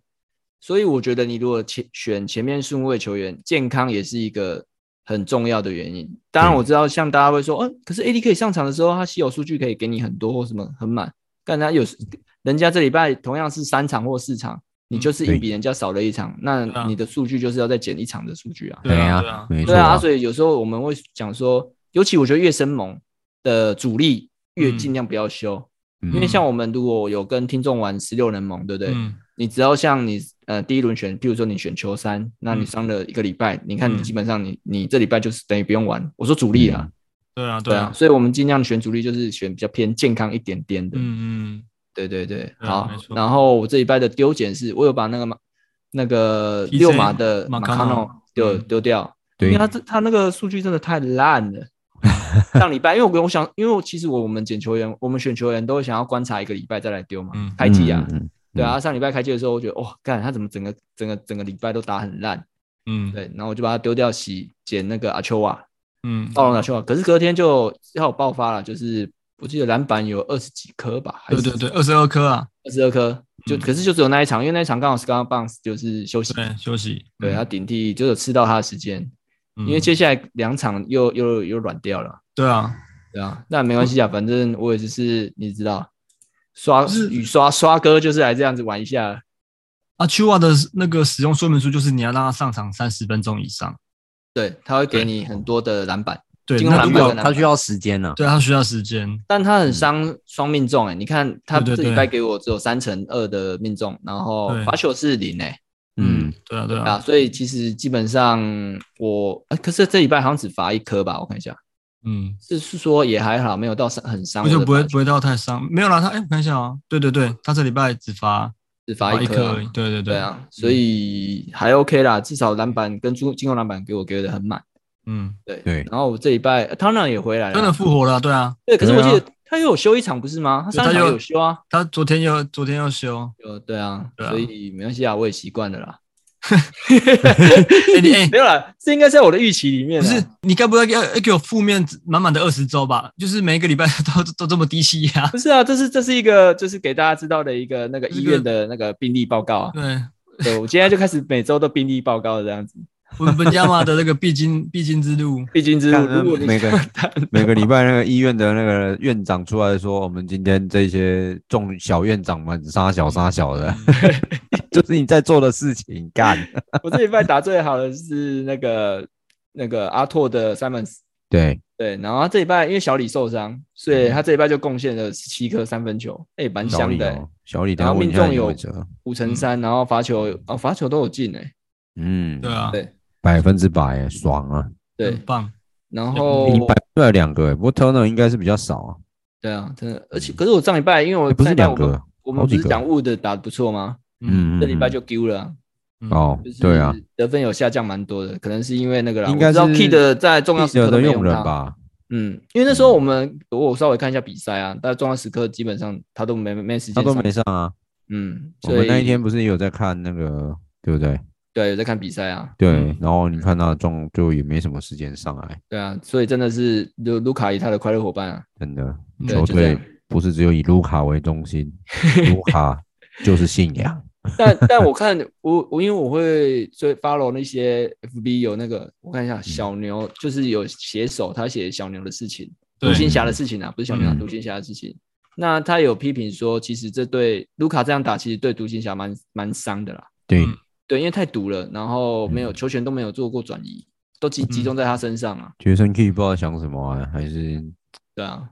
所以我觉得你如果前选前面顺位球员，健康也是一个很重要的原因。当然嗯我知道，像大家会说，哦，可是 AD 可以上场的时候，他稀有数据可以给你很多或什么很满，但他有时人家这礼拜同样是三场或四场，你就是对硬比人家少了一场，那对啊你的数据就是要再减一场的数据啊。对啊，对啊啊，，没错、对啊，所以有时候我们会讲说，尤其我觉得越生猛的主力越嗯尽量不要修。嗯因为像我们如果有跟听众玩十六人盟，对不对？嗯，你只要像你呃第一轮选，譬如说你选球三，那嗯你上了一个礼拜，你看嗯你基本上你你这礼拜就是等于不用玩。我说主力啊，对啊，对对啊，，啊所以我们尽量选主力，就是选比较偏健康一点点的。嗯嗯，对对对，啊好没。错然后我这礼拜的丢捡是，我有把那个马那个 TJ 六马的马 Marcano，卡诺丢嗯丢掉，因对为他这他那个数据真的太烂 了。上礼拜，因为我跟我想，因为我其实我我们捡球员，我们选球员都会想要观察一个礼拜再来丢嘛，嗯开季啊，嗯嗯嗯对啊。上礼拜开季的时候，我觉得哇，干他怎么整个整个整个礼拜都打很烂，嗯，对，然后我就把他丢掉洗捡那个阿丘瓦，嗯，暴龙阿丘瓦，可是隔天就要有爆发了，就是我记得篮板有二十几颗吧，还对是对对，二十二颗啊，二十二颗，就、嗯可是就只有那一场，因为那一场刚好是刚刚 bounce 就是休息，对，休息，对他顶替就有吃到他的时间，嗯，因为接下来两场又又又软掉了，对啊，对啊，那没关系嗯啊，反正我也只是你知道，刷雨刷刷歌就是来这样子玩一下，阿丘啊瓦的那个使用说明书就是你要让他上场三十分钟以上，对，他会给你很多的篮板，对，进攻那他如需篮板果要他需要时间呢、啊。对他需要时间，但他很伤双命中哎、你看他嗯对这对礼拜给我只有三乘二的命中，然后对罚球是零哎、嗯，对啊，对啊，啊，所以其实基本上我，哎、可是这礼拜好像只罚一颗吧，我看一下。嗯，是是说也还好，没有到伤很伤不我的就罚球，不会不会到太伤，没有啦，他哎，我看一下啊，对对对，他这礼拜只罚只罚一颗颗啊、而已，对对嗯对，啊，所以还 OK 啦，至少篮板跟进进攻篮板给我给的很满，嗯，对对然后我这礼拜呃汤朗也回来了，真的复活了，对啊，对，可是我记对啊得他又有休一场不是吗？他对上他场又有休啊，他昨天又昨天又休，有对啊，对啊所以没关系啊，我也习惯了 啦，哎你哎 没有啦，这应该在我的预期里面不啊，是你该不会要要给我负面满满的二十周吧？就是每一个礼拜 都都这么低气压。不是啊，这是这是一个就是给大家知道的一个那个这是医一个院的那个病例报告啊，对，对我今天就开始每周都病例报告这样子，文本加啊玛的那个必经必经之路，必经之看路，那如果你每个每个礼拜那个医院的那个院长出来说，我们今天这些众小院长们杀小杀小的， 嗯就是你在做的事情干。 我这礼拜打最好的是那个那个阿拓的 Simons，对，对，然后他这礼拜因为小李受伤，所嗯以他这礼拜就贡献了十七颗三分球，哎、蛮小香李的、哦，嗯小李，等然下后问一命下中你有伟哲。五乘三，然后罚球哦，罚球都有进哎、嗯，对啊，对百分之百耶爽啊！对很，棒。然后嗯你百分之百有两个耶，欸不过 Turner 应该是比较少啊。对啊，真的，而且可是我上礼拜因为我哎不是上礼拜两个我们我们好不几是个讲 Wood 打的不错吗？嗯，嗯这礼拜嗯就丢了啊、嗯哦就，是对啊，得分有下降蛮多的，可能是因为那个啦，应该我知是道 Key 的在重要时 Kid 刻都的没用人他，吧？嗯，因为那时候我们我稍微看一下比赛啊，但重要时刻基本上他都没没时他间，都没，上啊。嗯，我所以们那一天不是也有在看那个，对不对？对有在看比赛啊，对，然后你看他的状，就也没什么时间上来，对啊，所以真的是卢卢卡以他的快乐伙伴啊，真的。对球就这队样不是只有以卢卡为中心，卢 卡就是信仰。但但我看我我因为我会追 follow 那些 FB 有那个我看嗯一下小牛就是有写手他写小牛的事情，对独行侠的事情啊，不是小牛啊嗯独行侠的事情。那他有批评说，其实这对卢卡这样打，其实对独行侠蛮蛮伤的啦。对，嗯对，因为太毒了，然后嗯没有球权都没有做过转移，都集集中在他身上啊。杰森 Key 不知道想什么啊，还是对啊，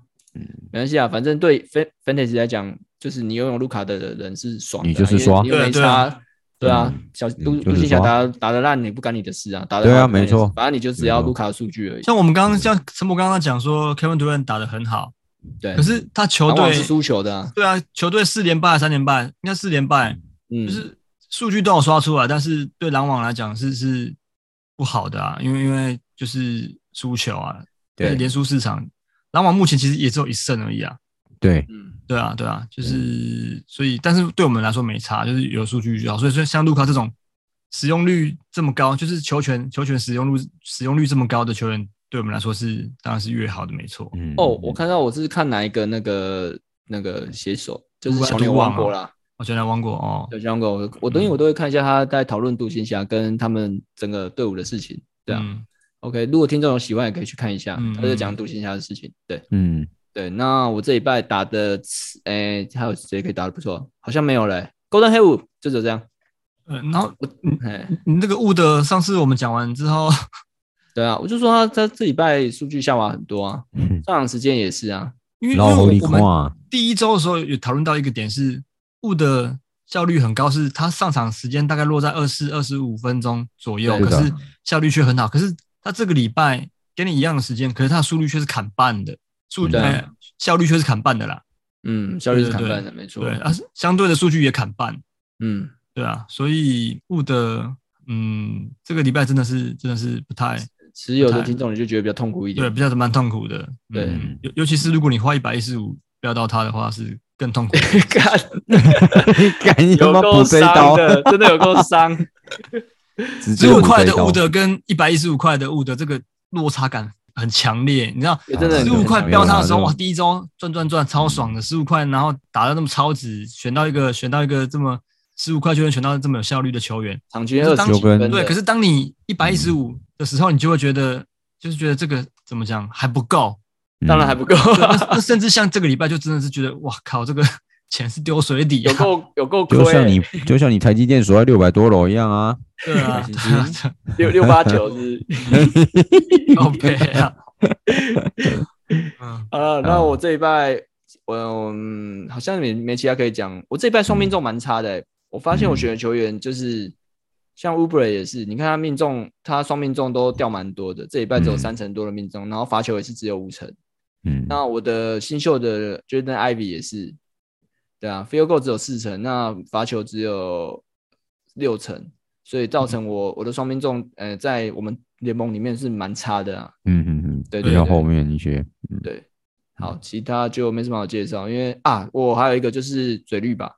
没关系啊，反正对 fan fantasy 来讲，就是你拥有卢卡的人是爽的啊，你就是因为刷嗯你又没对啊差，对啊，小你路就路是径小刷打打得烂也不干你的事啊，打得对啊好也不干没你的事错反正你就只没要错卢卡的数据而已。像我们刚刚像陈博刚刚讲说，Kevin Durant 打得很好，对，可是他球篮网是队输球的啊，对啊，球队四连败、三连败，应该四连败，嗯，就是数据都有刷出来，但是对篮网来讲是是不好的啊，因为因为就是输球啊，对连输四场，篮网目前其实也只有一胜而已啊，对，嗯，对啊，对啊，就是、所以，但是对我们来说没差，就是有数据就好。所以说，像卢卡这种使用率这么高，就是球权球权使用率使用率这么高的球员，对我们来说是当然是越好的，没错。嗯哦，我看到我是看哪一个那个那个写手，就是小牛啊王国啦，我觉得王国哦，小牛王国，我我等于我都会看一下他在讨论独行侠跟他们整个队伍的事情，对啊。嗯 OK，如果听众有喜欢，也可以去看一下，嗯他在讲独行侠的事情。对嗯，对，那我这礼拜打的，诶、还有谁可以打的不错？好像没有嘞、Golden h a l 就只有这样。呃，然后哎，你那个雾的，上次我们讲完之后，对啊，我就说他他这礼拜数据下滑很多啊，上场时间也是啊。因为因老狐为狸我看们啊， 第一周的时候有讨论到一个点是雾的效率很高，是他上场时间大概落在二四二十五分钟左右，对可是是的效率却很好。可是他这个礼拜给你一样的时间，可是他的速率却是砍半的，速对呃效率却是砍半的啦。嗯，效率是对对砍对半的，没错。对啊，相对的数据也砍半，嗯，对啊，所以雾的嗯，这个礼拜真的是真的是不太持有的太听众你就觉得比较痛苦一对，点。比较蛮痛苦的。嗯对尤尤其是如果你花一百一十五飙到他的话，是更痛苦的。 干敢你他有妈够补这一伤刀，的，真的有够伤。直接十五补这块一的刀伍德跟一百一十五块的伍德，这个落差感很强烈。你知道， 也真的很十强啊五块飙他的时候，没有啦哇，就第一周赚赚赚超爽的，十五块，然后打到那么超值，选到一个选到一个这么十五块就能选到这么有效率的球员。场均可二是十当几分的，嗯对，可是当你一百一十五的时候，你就会觉得，就是觉得这个怎么讲还不够，嗯当然还不够啊，对那那甚至像这个礼拜就真的是觉得，哇靠，这个 钱是丢水底、 有啊， 够有够亏就像欸。你就像你台积电锁在六百多楼一样啊，对啊，对啊对啊六六 八九是 OK 啊，嗯，啊。那我这一拜，我嗯好像没没其他可以讲。我这一拜双嗯命中蛮差的欸，我发现我选的球员就是像 Uber 也是，你看他命中，他双命中都掉蛮多的，这一拜只有嗯三成多的命中，然后罚球也是只有五成。嗯，那我的新秀的 Jordan Ivy 也是，对啊，field goal 只有四成，那罚球只有六成，所以造成我我的双命中，呃，在我们联盟里面是蛮差的啊。嗯嗯嗯，对比对较对后面一些，嗯对，好，其他就没什么好介绍，因为啊，我还有一个就是嘴绿吧，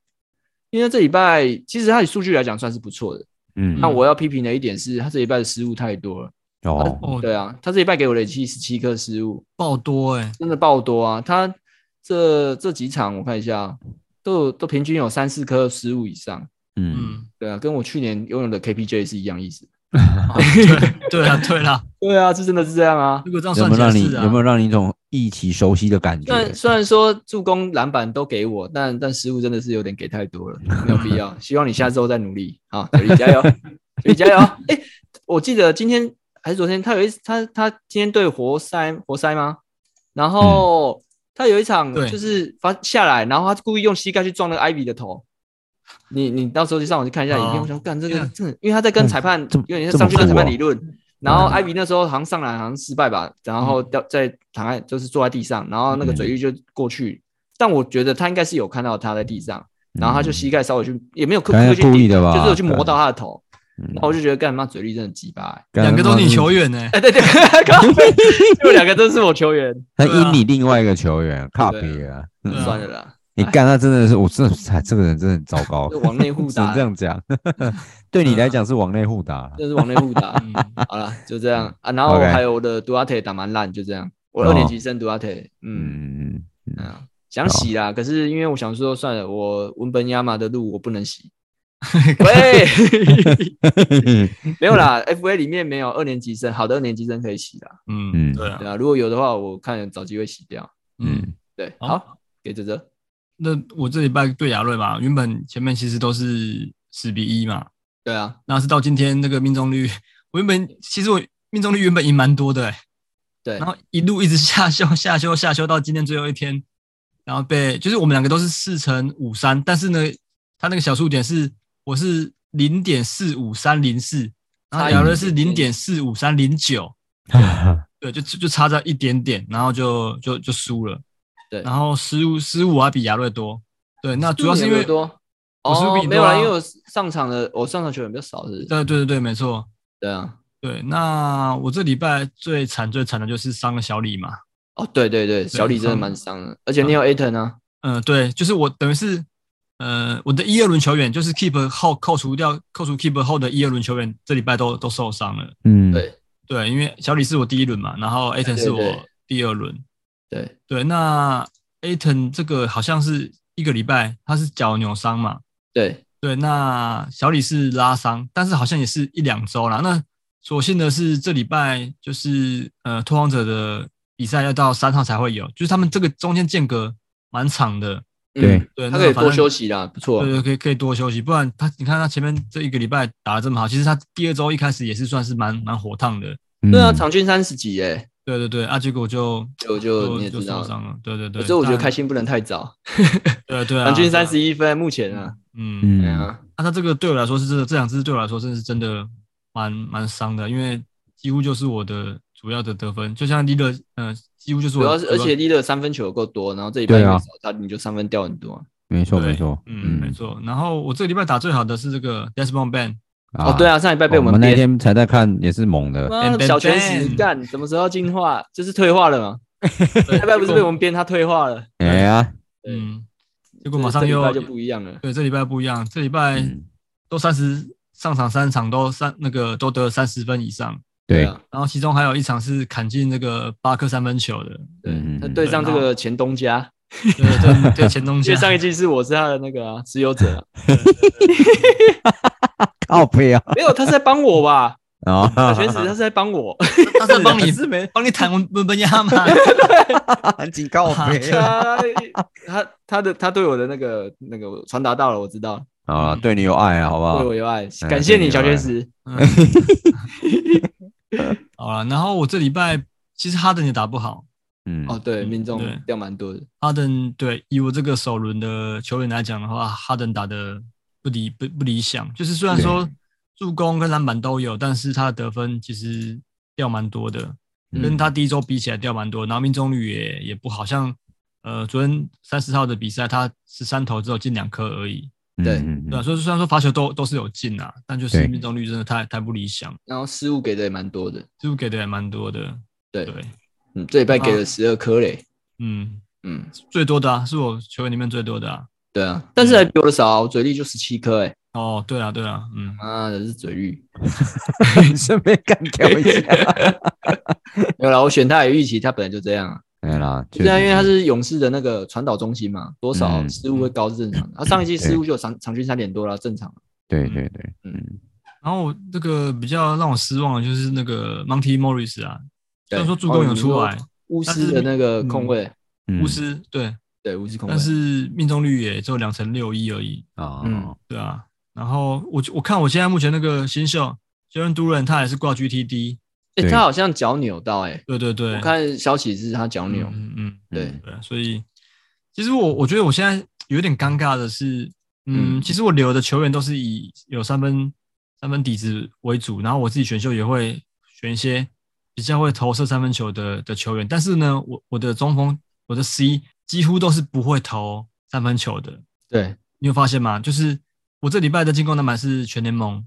因为这礼拜其实他以数据来讲算是不错的，嗯，那我要批评的一点是他这礼拜的失误太多了，哦，哦，对啊，他这礼拜给我累积十七颗失误，爆多哎、欸，真的爆多啊！他这这几场我看一下啊，都有都平均有三四颗失误以上，嗯，嗯，对啊，跟我去年拥有的 KPJ 是一样意思。哦对对啊 对啦，对啊，是真的是这样啊。如果这样有算没有起来让你是啊，有没有让你一种一起熟悉的感觉虽？然虽然说助攻、篮板都给我，但但失误真的是有点给太 多了，没有必要。希望你下周再努力啊，九力加油，九力加油！哎、我记得今天还是昨天，他有一他他今天对活塞活塞吗？然嗯后、他有一场对就是发下来，然后他故意用膝盖去撞那个艾比的头。你你到时候去上网去看一下影片，哦我想干这个天啊这个，因为他在跟嗯裁判这么有点这上么去跟裁判酷哦理论，然后嗯艾比那时候好像上篮好像失败吧，然后掉在躺在就是坐在地上，然后嗯那个嘴绿就过去，但我觉得他应该是有看到他在地上，嗯然后他就膝盖稍微去也没有刻应该意去顶故意的吧就是有去磨到他的头，嗯然后我就觉得干嘛嘴绿真的鸡巴 欸，干两个都是你球，员呢、 哎对对，啊靠背就两个都是我球员，他对啊阴你另外一个球员，靠对啊别啊，对啊 算了啦，你干他真的是，我真的是，哎这个人真的很糟 糕 就，往内互只能打嗯这，样讲，对你来讲是往内互打，就是往内互打，嗯， 好了就这样啊，然嗯后 OK 还有我的杜阿特打蛮烂，就这样，我哦二年级生杜阿特，嗯。嗯嗯啊，想洗啦，可是因为我想说，算了，我文本亚马的路我不能 洗。喂， 嗯没有啦，FA 里面没有二年级生，好的二年级生可以洗啦。嗯，嗯对啊对，啊，如果有的话，我看找机会洗掉。嗯。嗯对，好好，给哲哲。那我这礼拜对亚瑞嘛，原本前面其实都是十比一嘛，对啊，那是到今天那个命中率，我原本其实我命中率原本赢蛮多的、欸，对然，后一路一直下修 下修下修到今天最后一天，然后被就是我们两个都是四乘五三，但是呢，他那个小数点是我是零点四五三零四，然后差一姚乐是零点点点四五三零九，嗯对，就就就差这一点点，然后就就就输了。对然后失误失误我啊还比亚瑞多，对，那主要是因你有没有为多我是不是哦比，你没有多啦，啊因为我上场的我上场球员比较少，是不是对对对对，没错，对啊，对。那我这礼拜最惨最惨的就是伤了小李嘛，哦，对对对，小李真的蛮伤的，而且你有 Aton 啊，嗯，对，就是我等于是，呃，我的一二轮球员就是 keep 后扣除掉扣除 keep 后的一二轮球员，这礼拜都都受伤了。 嗯，对对，因为小李是我第一轮嘛，然后 Aton 啊对是我对第二轮。对对，那 Aton 这个好像是一个礼拜，他是脚扭伤嘛。对对，那小李是拉伤，但是好像也是一两周啦。那所幸的是，这礼拜就是呃拓荒者的比赛要到三号才会有，就是他们这个中间间隔蛮长的。对嗯对，他那可以反多正休息啦，不错，对对，嗯可以可以多休息，不然他你看他前面这一个礼拜打的这么好，其实他第二周一开始也是算是蛮蛮火烫的，嗯对啊，场均三十几诶，对对对啊，结果就就就你也就知受道，伤了，对对对，所以我觉得但开，心不能太早，对对啊，场均对啊三十，一分，目前啊，嗯，对嗯，啊，那、他这个对我来说是真的，这两支对我来说真的是真的蛮蛮伤的，因为几乎就是我的主要的得分，就像 l e a d 嗯、几乎就是主我要的是主而且 leader 三分球有够多，然后这一半对因为啊少他你就三分掉很多啊，没错没对错，嗯没错，然后我这个礼拜打最好的是这个 Desmond Ben，哦对，啊，上礼拜被我们啊那憋天才在看，也是猛的，妈 Ben 的小拳使 Ben 干，什么时候进化？就是退化了嘛。那拜不是被我们编他退化了，哎呀，对嗯，结果马上这礼又拜就不一样了。对，这礼拜不一样，这礼拜嗯都三十上场三场都三那个都得三十分以上，对，啊，然后其中还有一场是砍进那个八颗三分球的，对嗯，他对上这个前东家，对对对，前 啊东因家为上一季是我是他的那个啊持有者啊，靠背啊，没有他是在帮我 吧？小啊，拳使他是在帮我，他在帮你是啊 没帮你弹文文本亚嘛，很紧靠背啊，他他他的他对我的那个那个传达到了，我知道了，好了，对你有爱啊，好不好对？我有爱，嗯感对谢你你有小拳爱使。嗯好了，然后我这礼拜其实哈登也打不好，嗯，哦，对，嗯命中对掉蛮多的，哈登对以我这个首轮的球员来讲的话，哈登打的不理不不理想，就是虽然说助攻跟篮板都有，但是他的得分其实掉蛮多的，嗯跟他第一周比起来掉蛮多，然后命中率也也不好像。呃，昨天三十号的比赛，他十三投只有进两颗而已，嗯对嗯对嗯啊，所以虽然说罚球都都是有进啊，但就是对命中率真的太太不理想，然后失误给的也蛮多的，就给的也蛮多的。对对，嗯，这礼拜给啊了十二颗嘞，嗯，嗯，最多的啊，是我球员里面最多的啊。对啊，但是还比我的少啊，我嘴力就十七颗哎，哦，对啊，对啊，嗯，妈的是嘴绿，顺便干掉一下。没有啦，我选他也预期他本来就这样啊，对啦，确对啊，实因为他是是勇士的那个传导中心嘛，多少嗯失误会高是正常的，他上一季失误就有场场均三点多了，正常，对对对，嗯，然后这个比较让我失望的就是那个 Monty Morris 啊，虽对然说助攻有出来，，巫师的那个控卫，嗯巫师对，对，巫师控卫但，是命中率也只有两成六一而已，啊，嗯对啊。然后我我看我现在目前那个新秀 j a r e n Duran 他也是挂 GTD，哎，对他好像脚扭到哎，对对对，我看哦消息是他脚扭，嗯嗯嗯，对嗯，对啊，所以其实我我觉得我现在有点尴尬的是，嗯，嗯其实我留的球员都是以有三分三分底子为主，然后我自己选秀也会选一些比较会投射三分球的的球员，但是呢，我我的中锋我的 C 几乎都是不会投三分球的，对，你有发现吗？就是我这礼拜的进攻篮板是全联盟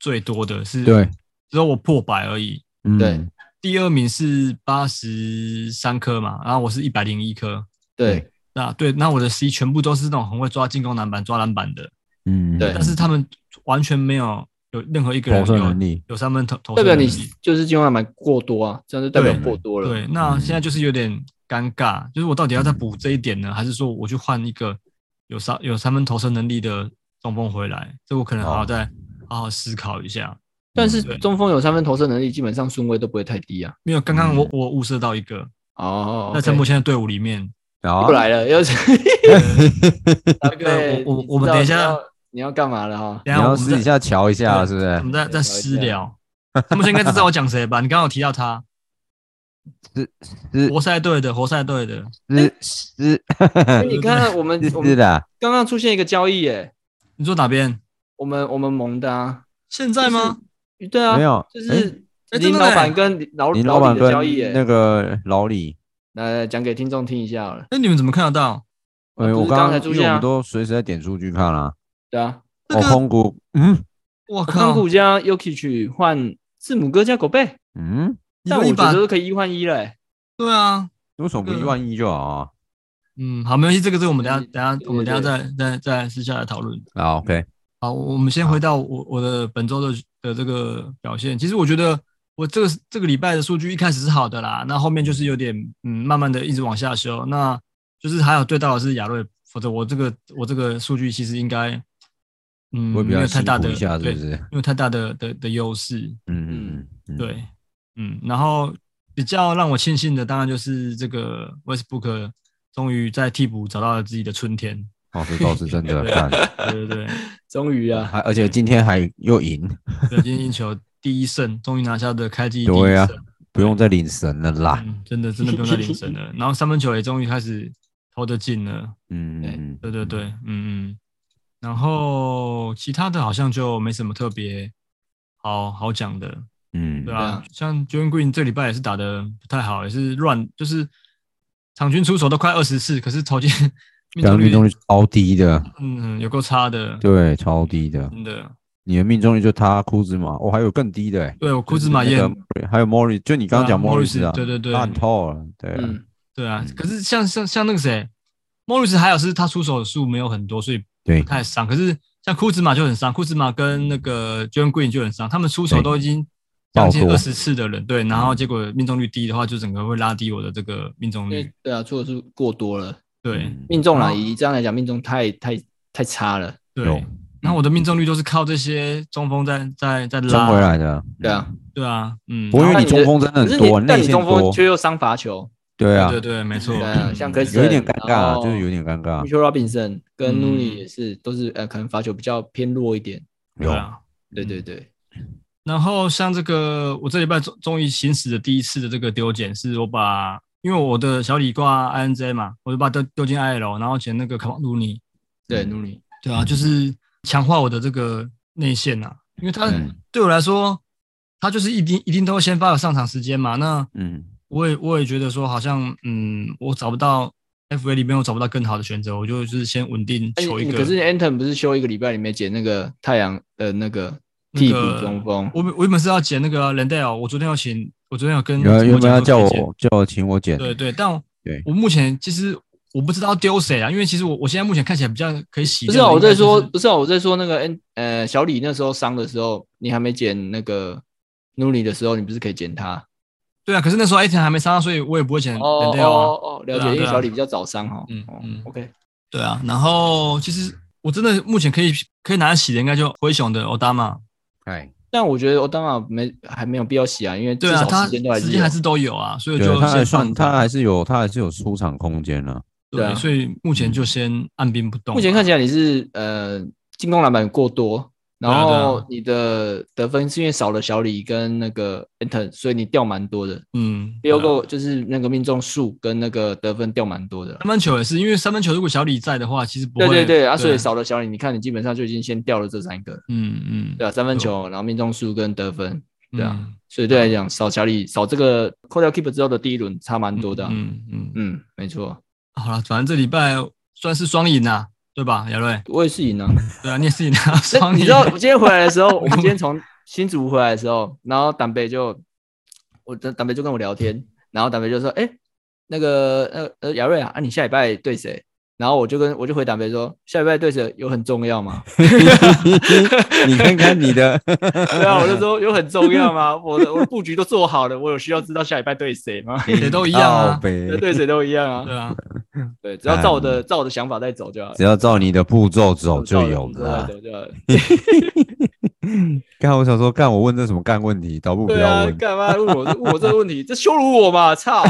最多的，是对，只有我破百而已。嗯对第二名是八十三颗嘛，然后我是一百零一颗，对，那对，那我的 C 全部都是那种很会抓进攻篮板、抓篮板的，嗯，对但是他们完全没有有任何一个人投射有能力有三分投投代射表能你力。就是进攻篮板过多啊，这样就代表过多了，对，那嗯现在就是有点尴尬，就是我到底要再补这一点呢，还是说我去换一个有三有三分投射能力的中锋回来？这我可能还要哦再好好思考一下。但是对中锋有三分投射能力，基本上顺位都不会太低啊。没有，刚嗯刚我我物色到一个，哦，在陈柏现在队伍里 面，呃好啊又来了，又是 那个我我我们等一下你要干嘛了哈？等一你下要我们私再底下瞧一下，是不我是？们在在对私聊。他们现在应该知道我讲谁吧？你刚刚有提到他，是活塞队的，活塞队的，是是，嗯所哎以你看，我们是我是们的，啊刚刚出现一个交易，哎，你说哪边？我们我们蒙的啊，现在吗？对啊，没有就是哎林真的老欸板跟老林老板李的跟交易，哎，那个老李，来讲给听众听一下好了，哎那你们怎么看得到？啊哎，不我是刚刚才刚出因为现我啊们都随时在点数据看啦。对啊，这哦，个空谷，嗯我康靠，古加 Yuki 去换字母哥加狗贝，嗯，你但说我一觉把得都可以一换一了，哎，对啊，为什么不这个一万一就好啊？嗯，好，没关系，这个这个我们等一下等一下对我们等一下对再再再私下来讨论。啊，OK，好，我我们先回到我我的本周的的这个表现。其实我觉得我这个这个礼拜的数据一开始是好的啦，那后面就是有点嗯，慢慢的一直往下修。那就是还有对到的是亚瑞，否则我这个我这个数据其实应该嗯会比没较有太辛大苦的一下，是对不，是？没有太大的的的优势。嗯嗯嗯，对，嗯，然后比较让我庆幸的，当然就是这个 Westbrook 终于在替补找到了自己的春天。哦，这倒是真的，对干对对对，终于啊，还而且今天还又赢，对今天赢球第一胜，终于拿下的开季第一对啊胜，不用再领神了啦。嗯，真的真的不用再领神了。然后三分球也终于开始投得进了，嗯，嗯对对，对，嗯嗯。然后其他的好像就没什么特别好好讲的，嗯，对对啊啊，像 j o h n Green 这礼拜也是打的不太好，也是乱，就是场均出手都快二十次，可是投进命刚中啊刚命率中率超低的，嗯有够差的，对，超低的。真的。你的命中率就他库兹马，哦，还有更低的欸，对我库兹就是马也那个还有莫瑞，就你刚刚对啊讲莫瑞斯啊， Morris，对对对他很透了，对啊，嗯，对啊嗯，可是像像像那个谁，莫瑞斯还好是他出手的数没有很多，所以对不，太伤。可是像库兹马就很伤，库兹马跟那个 j o h n Green 就很伤，他们出手对都已经将近爆嗯多二十次的人，对，然后结果命中率低的话，就整个会拉低我的这个命中因为率。对啊，出的是过多了，对嗯命中啦，哦以这样来讲，命中太太太差了，对有，然后我的命中率都是靠这些中锋在在在冲回拉，来的，对啊，对啊，嗯，不过因然为后你中锋真的可是很你多，但内你线中锋多，却又伤罚球，对啊对，对，没错对啊，，像 Chris 有一点尴尬啊，就是有点尴尬， Mitchell Robinson 跟嗯 n u n i 也是，都是呃，可能罚球比较偏弱一点。对有啊。对对对，然后像这个，我这礼拜终终于行使的第一次的这个丢捡，是我把因为我的小李挂 INJ 嘛，我就把它丢丢进 IL，然后捡那个卡鲁尼，对 n u n i 对嗯啊，就是强化我的这个内线呐、因为他嗯对我来说，他就是一定一定都会先发有上场时间嘛。那嗯，我也我也觉得说，好像嗯，我找不到 FA 里面我找不到更好的选择，我就是先稳定哎求一你个。可是 Anton 不是休一个礼拜里面捡那个太阳的那个那替补个中锋？我本我原本是要捡那个 Landale，我昨天要请，我昨天有跟原啊原本要叫剪我叫我请我剪，对对，但我对我目前其实我不知道丢谁啊，因为其实我我现在目前看起来比较可以洗不掉是的。啊，我在说，应该就是不是啊，我在说那个 N 呃小李那时候伤的时候，你还没捡那个 n u n i 的时候，你不是可以捡他？对啊，可是那时候 A 田还没伤到，所以我也不会捡 l 哦 a n d a l 啊。哦哦，了对啊解，因为对啊小李比较早伤哈。嗯哦嗯，OK，对啊，然后其实我真的目前可以可以拿来洗的，应该就灰熊的 Odama。哎，但我觉得我当然没还没有必要洗啊，因为至对啊，少他时间都还时是间有还是都有啊，所以对就他还先算放他着还是有他还是有出场空间 了，对啊对，所以目嗯前就先按兵不动啊。目前看起来你是呃进攻篮板过多，对啊然对后啊你的得分是因为少了小李跟那个 Anton，所以你掉蛮多的，嗯，对六啊个就是那个命中数跟那个得分掉蛮多的。三分球也是，因为三分球如果小李在的话，其实不会对对对，啊，所以少了小李，你看你基本上就已经先掉了这三个，嗯嗯，对啊，三分球，然后命中数跟得分，对啊，嗯所以对来讲少小李少这个扣掉 keep 之后的第一轮差蛮多的啊、嗯嗯嗯没错，好了，反正这礼拜算是双赢啦，对吧，亚瑞？我也是赢了。对啊，你也是赢啊，那双赢。你知道我今天回来的时候，我们今天从新竹回来的时候，然后党北就我的党北就跟我聊天，然后党北就说：“哎、那个呃呃亚瑞啊，啊你下礼拜对谁？”然后我就跟我就回党北说：“下礼拜对谁有很重要吗？” 你看看你 的，对啊，我就说有很重要吗？我的我的布局都做好了，我有需要知道下礼拜对 谁吗？也都一样啊靠，北对对谁都一样嗯啊，对哦啊，对，只要照我的照我的想法在走就好了只。要照你的步骤走就有了了。，啊走就好了。干，我想说，干，我问这什么干问题，倒不如不对要啊，问。干嘛问我问我这个问题？这羞辱我嘛！操！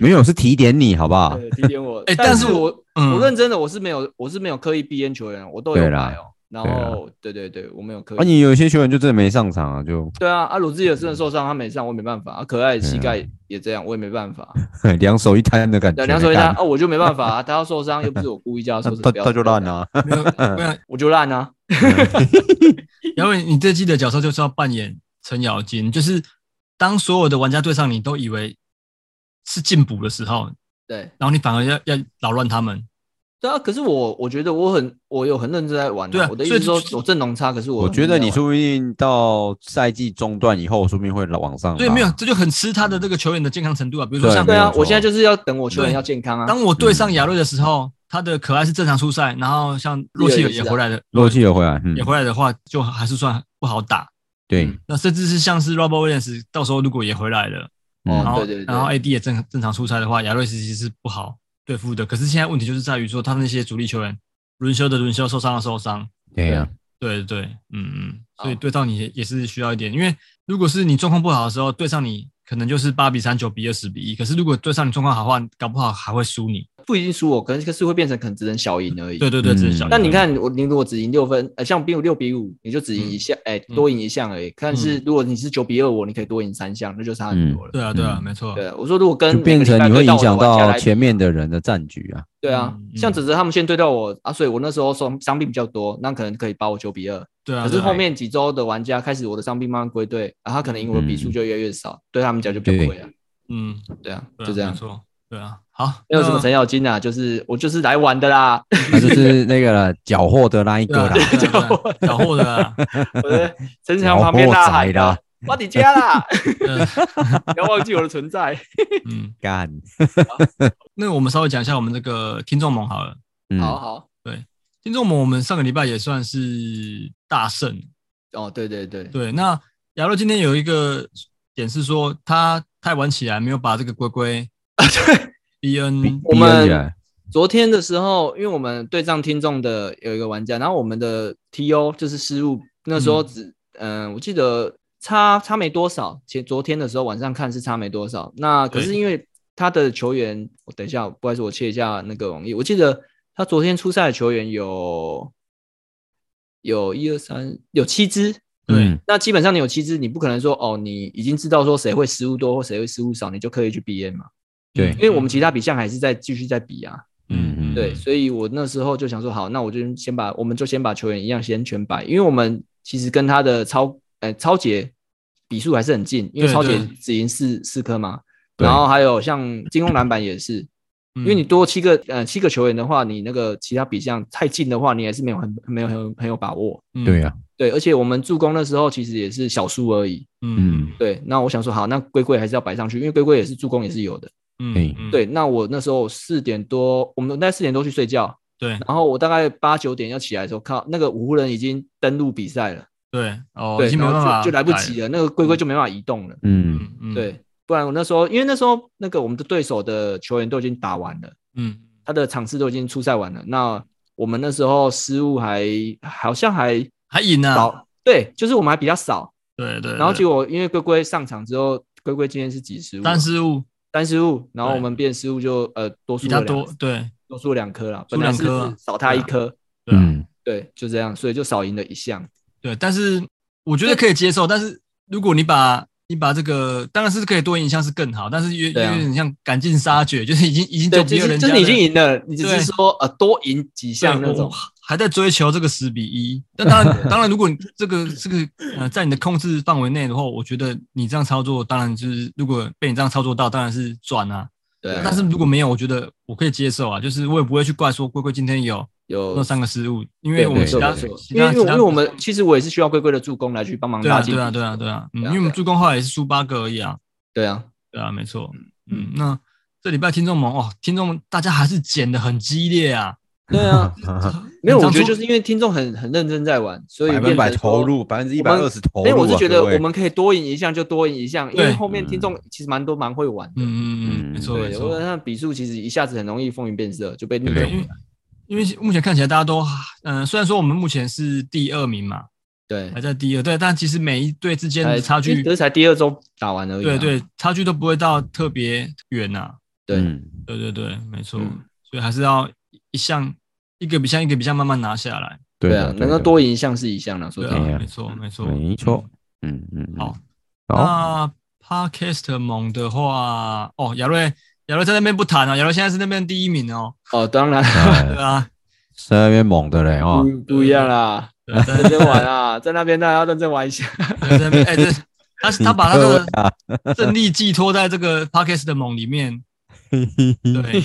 没有，是提点你，好不好？对，提点我。哎但但是是我嗯我认真的，我是没有，我是没有刻意避烟球员，我都有对买啦哦。然对啊后对对对，我们有刻啊，意。你有些球员就真的没上场啊，就 对啊，啊，鲁智也真的受伤，他没上，我也没办法。啊，可爱对啊膝盖也这样，我也没办 法。两手一摊的感觉。对，梁手一他干啊，我就没办法啊，他要受伤又不是我故意叫他受伤，他不要他就烂，啊，没有，不然我就烂啊。 然后你这季的角色就是要扮演程咬金，就是当所有的玩家对上你都以为是进补的时候，对，然后你反而要要扰乱他们。对啊，可是我我觉得我很我有很认真在玩、啊，对啊我的意所以思是说就是我阵容差，可是我啊我很觉得认真你在玩说不定到赛季中段以后，说不定会往上。啊对，没有，，这就很吃他的这个球员的健康程度啊。比如说哦对像对没啊有，错嗯我现在就是要等我球员对要健康啊。当我对上亚瑞的时候，他的可爱是正常出赛，然后像洛希尔啊也回来的，洛基有回来，嗯也，回来的话，就还是算不好打。对，嗯嗯那甚至是像是 Robert Williams，到时候如果也回来了，哦然嗯，后对对对然后 AD 也正正常出赛的话，亚瑞斯其实是不好对付的。可是现在问题就是在于说，他那些主力球员轮休的轮休，受伤的受伤，对啊呀，对对，嗯嗯，好所以对上你也也是需要一点，因为如果是你状况不好的时候，对上你可能就是八比三、九比二、十比一，可是如果对上你状况好的话，搞不好还会输你。不一定输我，可能可是会变成可能只能小赢而已。对对对，嗯只是小。那你，看我，你如果只赢六分，呃，像比如六比五，你就只赢一项，哎、嗯多赢一项而已。但是如果你是九比二我，你可以多赢三项，那就差很多了。对啊对啊，嗯没错，对啊，我说如果跟就变成每你个会礼拜影响对我的玩家到来比啊前面的人的战局啊。对啊，嗯嗯像哲哲他们先对到我啊，所以我那时候伤伤病比较多，那可能可以把我九比二。对啊。可是对啊后面几周的玩家开始我的伤病慢慢归队，啊，他可能赢我的比数就越来越少，对他们讲就比较亏啊。嗯，对啊，对啊就这样没。错，对啊。好，没有什么那程咬金啊，就是我就是来玩的啦，那就是那个了，缴获的那一对个啊啦， 对啊对啊小货的啊，我在城墙旁边大喊鸟货仔啦的，我底家啦，嗯不要忘记我的存在。嗯，干， 那我们稍微讲一下我们这个听众盟好了。嗯，好好，听众盟我们上个礼拜也算是大胜，哦，对对对，对。那亚洛今天有一个点是说他太晚起来没有把这个龟 龟 B N 我 BN 们起来昨天的时候，因为我们对战听众的有一个玩家，然后我们的 TO 就是失误，那时候只嗯、我记得差差没多少，前昨天的时候晚上看是差没多少。那可是对因为他的球员，我等一下，不好意思，我切一下那个网页，我记得他昨天出赛的球员有有一二三有七支，对嗯那基本上你有七支，你不可能说哦，你已经知道说谁会失误多或谁会失误少，你就刻意去 BN 嘛，对因为我们其他比项还是在继续在比啊。嗯嗯对，所以我那时候就想说，好，那我就先把我们就先把球员一样先全摆，因为我们其实跟他的超呃超杰比数还是很近，因为对超杰对只赢四四颗嘛，对然后还有像进攻篮板也是，因因为你多七个呃七个球员的话，你那个其他比项太近的话，你还是没有很没有很很有把握。嗯对，啊呀，对，而啊且我们助攻的时候其实也是小输而已。嗯对，那我想说，好，那龟龟还是要摆上去，因为龟龟也是助攻也是有的。嗯嘿嗯对，那我那时候四点多，我们大概四点多去睡觉，对然后我大概八九点要起来的时候，靠，那个五湖人已经登陆比赛了，对哦，对，已经没然办后法就就来不及了，了，那个龟龟就没办法移动了，嗯，嗯嗯，对，不然我那时候因为那时候那个我们的对手的球员都已经打完了，嗯他的场次都已经出赛完了，那我们那时候失误还好像还还赢少，啊，对，就是我们还比较少，对对，然后对结果因为龟龟上场之后，龟龟今天是几失误啊，单失误单失误，然后对我们变失误就呃多比输他了两多，对多输了两颗啦，输本来两是颗啊少他一颗，对啊嗯对，就这样，所以就少赢了一项。对，但是我觉得可以接受，但是如果你把你把这个当然是可以多赢一项是更好，但是有有对啊点像赶尽杀绝，就是已经已经对，就就比是人就家是你已了经赢了，你只对是说呃多赢几对项那我种我。还在追求这个十比一。那当啊然， 当然，如果你这个这个呃在你的控制范围内的话，我觉得你这样操作，当然就是如果被你这样操作到，当然是赚啊。对啊，但是如果没有，我觉得我可以接受啊，就是我也不会去怪说龟龟今天有有那三个失误，因哦对为我们没其错他没其错他，其因为他因为因为我们其实我也是需要龟龟的助攻来去帮忙对拉啊近对比数。啊对啊对啊，嗯，对啊因为我们对啊助攻后来也是输八个而已啊，对啊，对啊，没错，嗯，那这礼拜听众们哦，听众们大家还是剪的很激烈啊，对 啊，嗯没有，我觉得就是因因为听众很很认真在玩， 所以百分变百成投说入，百分之一我百们二十投入啊。因为我是觉得各位我们可以多赢一项就多赢一项，因为对后面听众其实蛮多蛮会玩的。嗯嗯嗯，没错没对，错我，看比数其实一下子很容易风云变色，就被逆对转因为。因为目前看起来大家都，嗯、虽然说我们目前是第二名嘛，对还，在第二，对，但其实每一队之间才的差距，这才第二周打完而已啊。对对，差距都不会到特别远呐、对嗯对对对，没错，嗯所以还是要一项一个比项一个比项慢慢拿下来。对啊的，能够对的多赢一项是一项了，说对真的。哎啊，呀没错没错没错。嗯嗯，嗯好，好，那 Podcast 猛的话，哦，亚瑞亚瑞在那边不谈啊，亚瑞现在是那边第一名哦，哦，当然 对哎啊，在那边猛的嘞哦 哈，嗯不不一样啦，哦对啊在认真玩啊， 在那边大家要认真玩一下。 对在那边哎， 这他他把他各位的啊，胜利寄托在这个 Podcast 的猛里 面，对，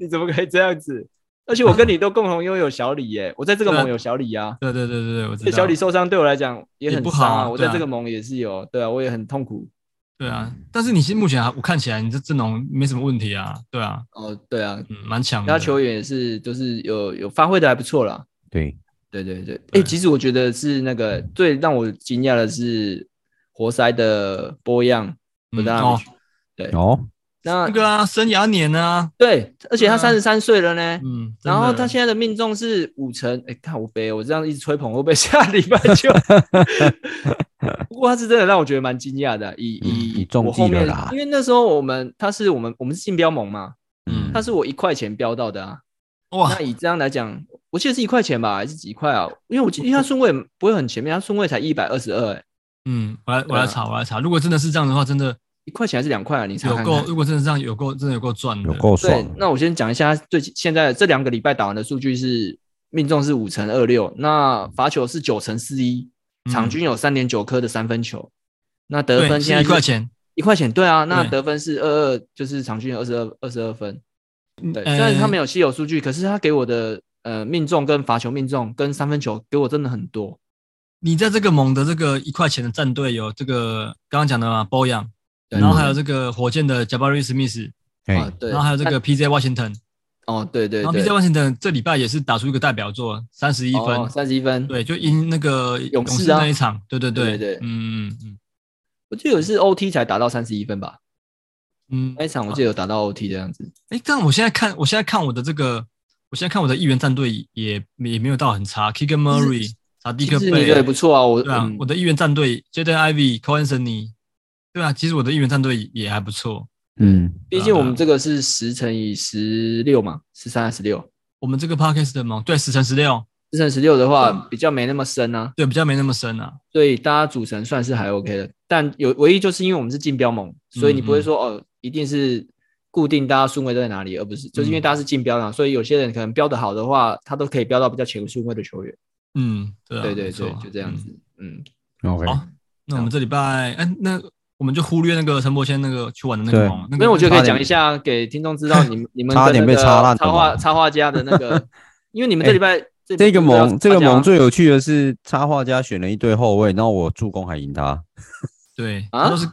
你怎么可以这样子？而且我跟你都共同拥有小李耶，我在这个盟有小李啊。对对对对对，我知这道。小李受伤对我来讲也也很不伤好啊，啊我对在啊这个盟也是有，对啊，我也很痛苦。对啊，但是你现目前还我看起来你这阵容没什么问题啊，对啊，哦，对啊，嗯，蛮强其的。他球员也是，就是有有发挥的还不错啦。对，对对对，哎、对其实我觉得是那个最让我惊讶的是活塞的波样，不嗯大、哦，哦，那那个啊，生涯年啊，对，而且他对啊三十三岁了呢。嗯，然后真的他现在的命中是五成，哎、看我背，我这样一直吹捧，会不会 下礼拜 就？不过他是真的让我觉得蛮惊讶的，啊以嗯以你中我后计了面啦，因为那时候我们他是我们我们是竞标盟嘛，嗯他是我一块钱标到的啊。哇哦那，以这样来讲，我记得是一块钱吧，还是几块啊？因为 我记得因为他顺位不会很前面，他顺位才一百二十二，哎，嗯，我来我对啊来查我来查，如果真的是这样的话，真的一块钱还是两块啊？你查有看够，看。如果真的这样有够，真的有够赚的，有够爽对，，那我先讲一下最现在这两个礼拜打完的数据是命中是五乘二六，那罚球是九乘四一，嗯场均有三点九颗的三分球。那得对，分是现在一块，钱，一块钱对啊，那对得分是二二，就是场均有二十二二十二分。对，呃虽然他没有稀有数据，可是他给我的呃命中跟罚球命中跟三分球给我真的很多。你在这个猛的这个一块钱的战队有这个刚刚讲的嘛 b o y a n 对然后还有这个火箭的 Jabari Smith，哎啊，，对，然后还有这那个 PJ Washington，哦，对对然后对哦 PJ，Washington 这礼拜也是打出一个代表作，三十一分，三十一分。对，就赢那个勇士士啊那一场，对对对对对嗯嗯嗯我记得有一次 OT 才打到三十一分吧，嗯那一场我记得有打到 OT 这样子。哎，但我现在看，我现在看我的这个，我现在看我的议员战队也也没有到很差，Keegan Murray、查迪其克实你觉得也贝不，错啊，我对啊嗯，我的议员战队 Jaden Ivy、Cohen s o n y 对啊，其实我的议员战队也还不错。嗯，毕竟我们这个是十乘以十六嘛，十三还是十六？我们这个 Podcast 的盟对十乘十六，十乘十六的话比较没那么深啊，对比较没那么深啊，所以大家组成算是还 OK 的。但有唯一就是因为我们是竞标盟，所以你不会说哦，一定是固定大家顺位都在哪里，而不是就是因为大家是竞标啦，所以有些人可能标的好的话，他都可以标到比较前顺位的球员。嗯，对啊，对对没错对啊，就这样嗯子。嗯， OK，好那我们这礼拜，哎，那我们就忽略那个陈柏谦那个去玩的那个对盟，那没个有，我觉得可差以点讲一下给听众知道，你们你们差跟点那被个插烂的插画嘛插画家的那个，因为你们这礼拜这个盟猛这个猛最有趣的是，插画家选了一对后卫，然后我助攻还赢他，对，啊他都是对，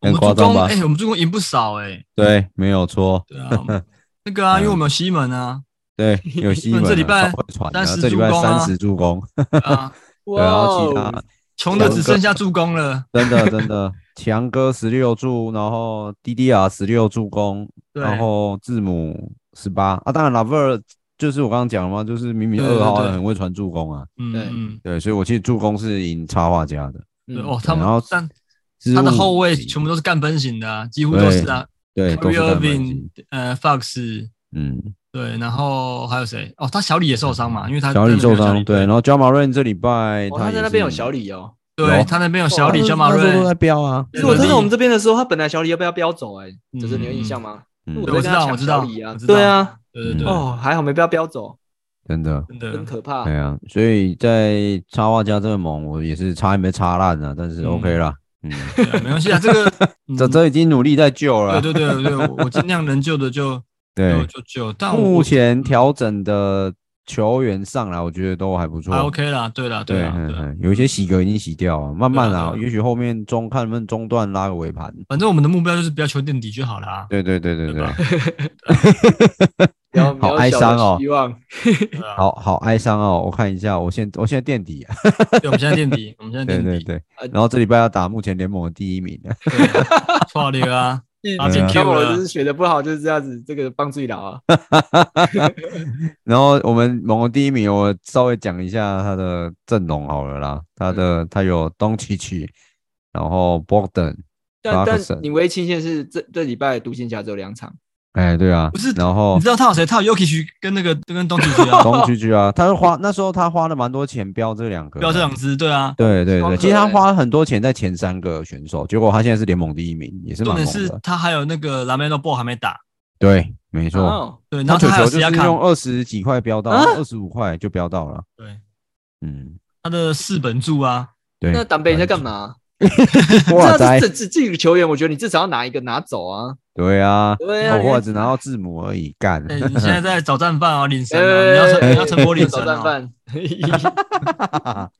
我们很哎夸助张攻，吧？哎，我们助攻赢不少，哎， 对，没有错，对 啊，我们那个嗯啊，因为我们有西门啊，对，有 西门啊这礼拜超会传的30这礼拜助攻啊三十助攻，对啊，对，然后其他穷的只剩下助攻了，啊真的真的，强哥十六助，然后 DDR 十六助攻，对然后字母十八啊，当然 Laver 就是我刚刚讲了嘛，就是明明对对二号对很会传助攻啊，嗯对嗯，对，所以我其实助攻是赢插画家的，对嗯哦，他然们后但失他的误后卫全部都是干分型的啊，几乎都是啊对都 r 是 e r 他们 v i 已 n 经呃 Fox，嗯，对，然后还有谁？哦，他小李也受伤嘛，因为他小李受伤，对，对然，后 j a m a r i n 这礼拜哦，他也在那边有是小李哦。对有他那边有小李、哦小马那时候都在瑞，飙啊，其实我真知的道我们这边的时候，他本来小李要不要标走、哎、就是你有印象吗？嗯我对我知在跟道，他我抢知道小李啊，，我知道对，啊，对对对，哦，还好没被他标走，真的，真很的，可怕。对啊，所以在插画家这么猛，我也是差点被插烂了，但是嗯 OK 啦，嗯，对啊没关系啊，这 个这嗯这已经努力在救了对啊，对对对，我我尽量能救的就就 对，就救，但我目前调整的球员上来，我觉得都还不错还。OK 啊啦，对啦，对，啦，嗯对啊。嗯有一些洗格已经洗掉了，慢慢对啊啊，对啊也许后面中看能不能中段拉个尾盘。反正我们的目标就是不要求垫底就好啦。对对对对对对吧，然后 好哀伤哦希望对啊，好好哀伤哦，我看一下，我现我现在垫底啊，对，我们现在垫底，我们现在对垫对底，呃对，然后这礼拜要打目前联盟的第一名，对啊，错了 啊， 啊进 Q 像我了就是学的不好就是这样子，这个帮助一老 啊。然后我们盟的第一名，我稍微讲一下他的阵容好了啦，他的嗯他有东契奇，然后 Bogdan，但但 Clarkson 你唯一庆幸是这这礼拜独行侠只有两场，哎，对啊，不是然后你知道他有谁？他有 Yuki 跟那个跟东契奇啊， 东区区啊，他是花那时候他花了蛮多钱标这两个，不要这两支，对啊。对对双对，核其实他欸花很多钱在前三个选手，结果他现在是联盟第一名，也是重蛮点猛是的。他还有那个 Lamelo Ball 还没打，对，没错，哦，对，啊然他后球他还球有就是 C 亚卡，用二十几块标到，啊二十五块就标到了。对，嗯，他的四本柱啊，对。那党北你在干？嘛？啊 哇这塞样，子自自己的球员，我觉得你至少要拿一个拿走啊。对啊，对啊哦你或者拿到字母而已，干。哎，你现在在找战 犯啊，领神啊，呃，你要成你要陈柏领早神战啊，犯， 哎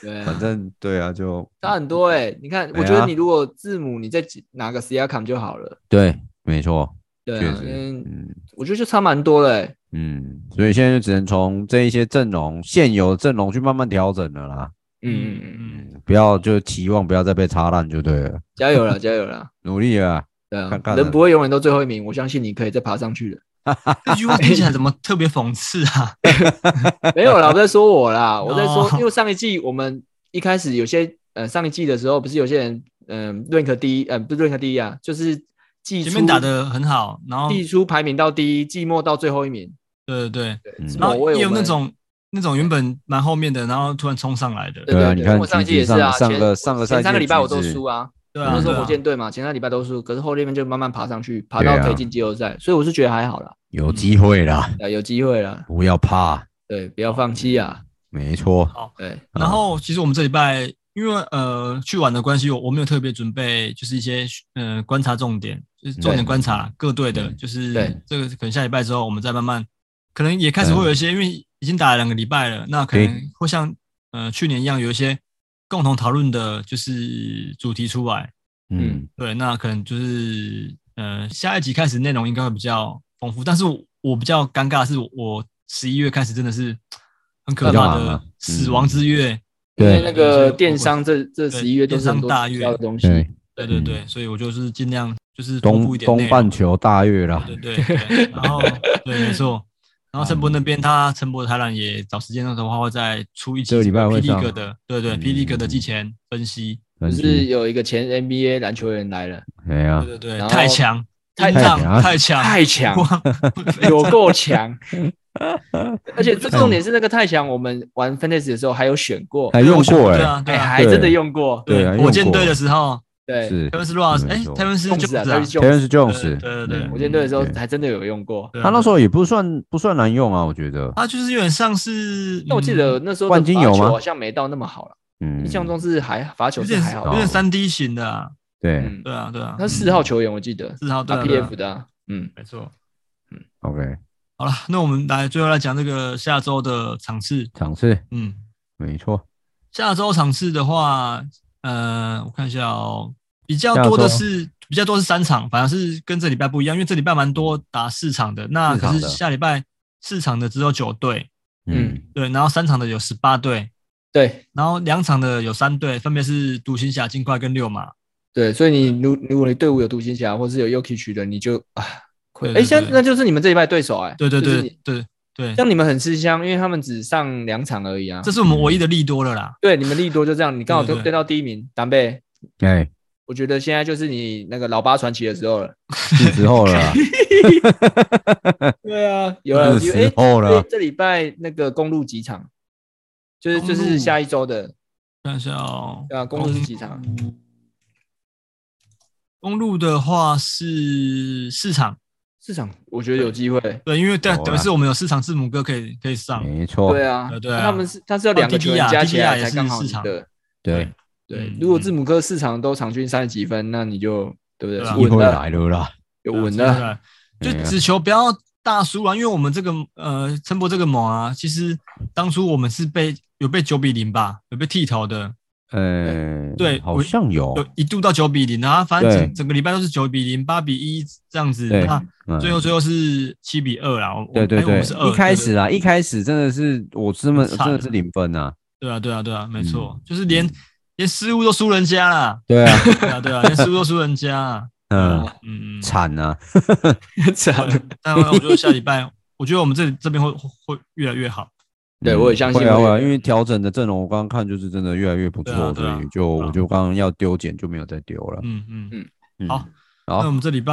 对啊， 反正对啊， 就差很多哎、你看，对啊我觉得你如果字母，你再拿个 C R c o m 就好了。对，没错，对确啊，实，嗯，嗯我觉得就差蛮多了、欸。嗯，所以现在就只能从这一些阵容现有的阵容去慢慢调整了啦。嗯嗯嗯，嗯，不要就期望不要再被擦烂就对了，加油了，加油了。努力啊！对啊看看，啊人不会永远都最后一名，我相信你可以再爬上 去的。这句话听起来怎么特别讽刺 啊？没有啦，我在说我啦，我在哦说，因为上一季我们一开始有些呃，上一季的时候不是有些人嗯、rank 第一，嗯、不是 rank 第一啊，就是季初前面打的很好，然后季初排名到第一，季末到最后一名。对对对，嗯对，是然某后位也有我们那种那种原本蛮后面的，然后突然冲上来的，对啊，对你看我上一橘季子也是啊，上前个上个赛季前三的个礼拜我橘都子输啊，对我啊那时对候火啊，箭队嘛，前三礼拜都输，可是后面就慢慢爬上去，爬对到啊可以进季后赛，所以我是觉得还好啦，有机会啦，啊，有机会啦，不要怕，对，不要放弃啊，没错，对，然后其实我们这礼拜因为呃去玩的关系，我我没有特别准备，就是一些呃观察重点，就是重点观察各队的，嗯就是对这个可能下礼拜之后我们再慢慢，可能也开始会有一些，因为已经打了两个礼拜了，那可能对会像呃去年一样有一些共同讨论的，就是主题出来。嗯，对，那可能就是呃下一集开始内容应该会比较丰富，但是我我比较尴尬的是我十一月开始真的是很可比较怕忙的啊死亡之月。因为对那个电商这这对十一月都是很多电商大主要的月东西，对，对对对，所以我就是尽量就是丰富嗯东一点内东容啊半，球啊大月啦，对对对，然后对没错，然后陈嗯博那边他陈博台篮也找时间的话会再出一集这个礼拜会 P 上 League 的，对对嗯 P League 的季前分析，很就是有一个前 NBA 篮球员来了，哎呀对，对对，然后太强，太太强啊太强，太强哇，有 够强，而且这重点是那个太强，我们玩 Fantasy 的时候还有选过，还用过对嗯哎，啊对哎，啊，还真的用过，对啊火箭用过队的时候对，是，Terrence Ross，哎没错，Terrence 控制啊，他 Jones 是啊，用对 Terrence Jones，对对嗯火箭队的时候对还真的有用过。对啊他那时对啊候也不算不算难用啊，我觉得，他就是有点像是，嗯那我记得那时候的冠军有吗罚球好像没到那么好了，嗯印，象中是还罚球有是点还好有的，点三 D 型的啊，对嗯，对啊对啊他，四号球员我记得四号对啊打对啊 PF 的啊，嗯，没错。 ，OK，好了，那我们来最后来讲这个下周的场次。场次嗯，没错，下周场次的话，呃，我看一下哦，比较多的是比较多是三场，反而是跟这礼拜不一样，因为这礼拜蛮多打四场的，那四可场的是下礼拜四场的只有九队，嗯嗯，对，然后三场的有十八队，对然后两场的有三队，分别是独行侠、金块跟六马。对，所以你如如果你队伍有独行侠或是有 Yuki 区的，你就啊亏了。对对哎，像对那就是你们这一拜对手哎，对对就是对你对对，像你们很吃香，因为他们只上两场而已啊这。是我们唯一的利多了啦。对，你们利多就这样，你刚好对都对对对到第一名，丹贝。嗯哎，我觉得现在就是你那个老八传奇的时候了。是时候了 啦，对啊，有了是时候了哎对这礼拜那个公路几场，就是就公路是下一周的，看一下哦，对啊，公路是几场？公路的话是四场。四场，我觉得有机会。对，因为对，有啊等于是我们有市场字母哥可以可以上，没错，对啊对，对啊那他们是他是要两个球员加起来才刚哦好，DDR 也是四场的。对，对嗯，如果字母哥四场都场均三十几分，那你就对不对啊对？机稳会了，来了啦，有对啊稳真的了。来就啊只求不要大输啊，因为我们这个呃陈博这个猛啊，其实当初我们是被有被九比零吧，有被剃头的，呃，对好我像有，有一度到九比零啊，反正对整整个礼拜都是九比零、八比一这样子，对那嗯最后最后是七比二啦，我对对哎我对们是，二，一开始对啊，一开始真的是我真的很真惨啊的是零分啊，对啊对啊对啊，没嗯错，就是连连失误都输人家啦，对啊，对啊对啊，连失误都输人家啊，嗯，嗯嗯，惨啊，对但我觉得下礼拜， 我觉得我们这里这边会会会越来越好。对我也相信会啊我也会啊，因为调整的阵容我刚刚看就是真的越来越不对啊错，对所啊以就对啊我就刚刚要丢减就没有再丢了，嗯嗯，嗯嗯好，好那我，们这礼拜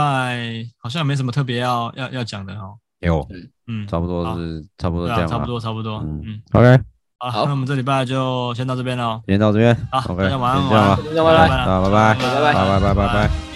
好像没什么特别要要要讲的哦。有，嗯，差不好多是差不多对这样啊，吧，差不多差不多。嗯嗯， OK，好，好那我们这礼拜就先到这边了。今天到这边好， ，OK，大家晚安先这样吧，晚安晚安好拜拜，拜拜拜拜，拜拜，拜拜。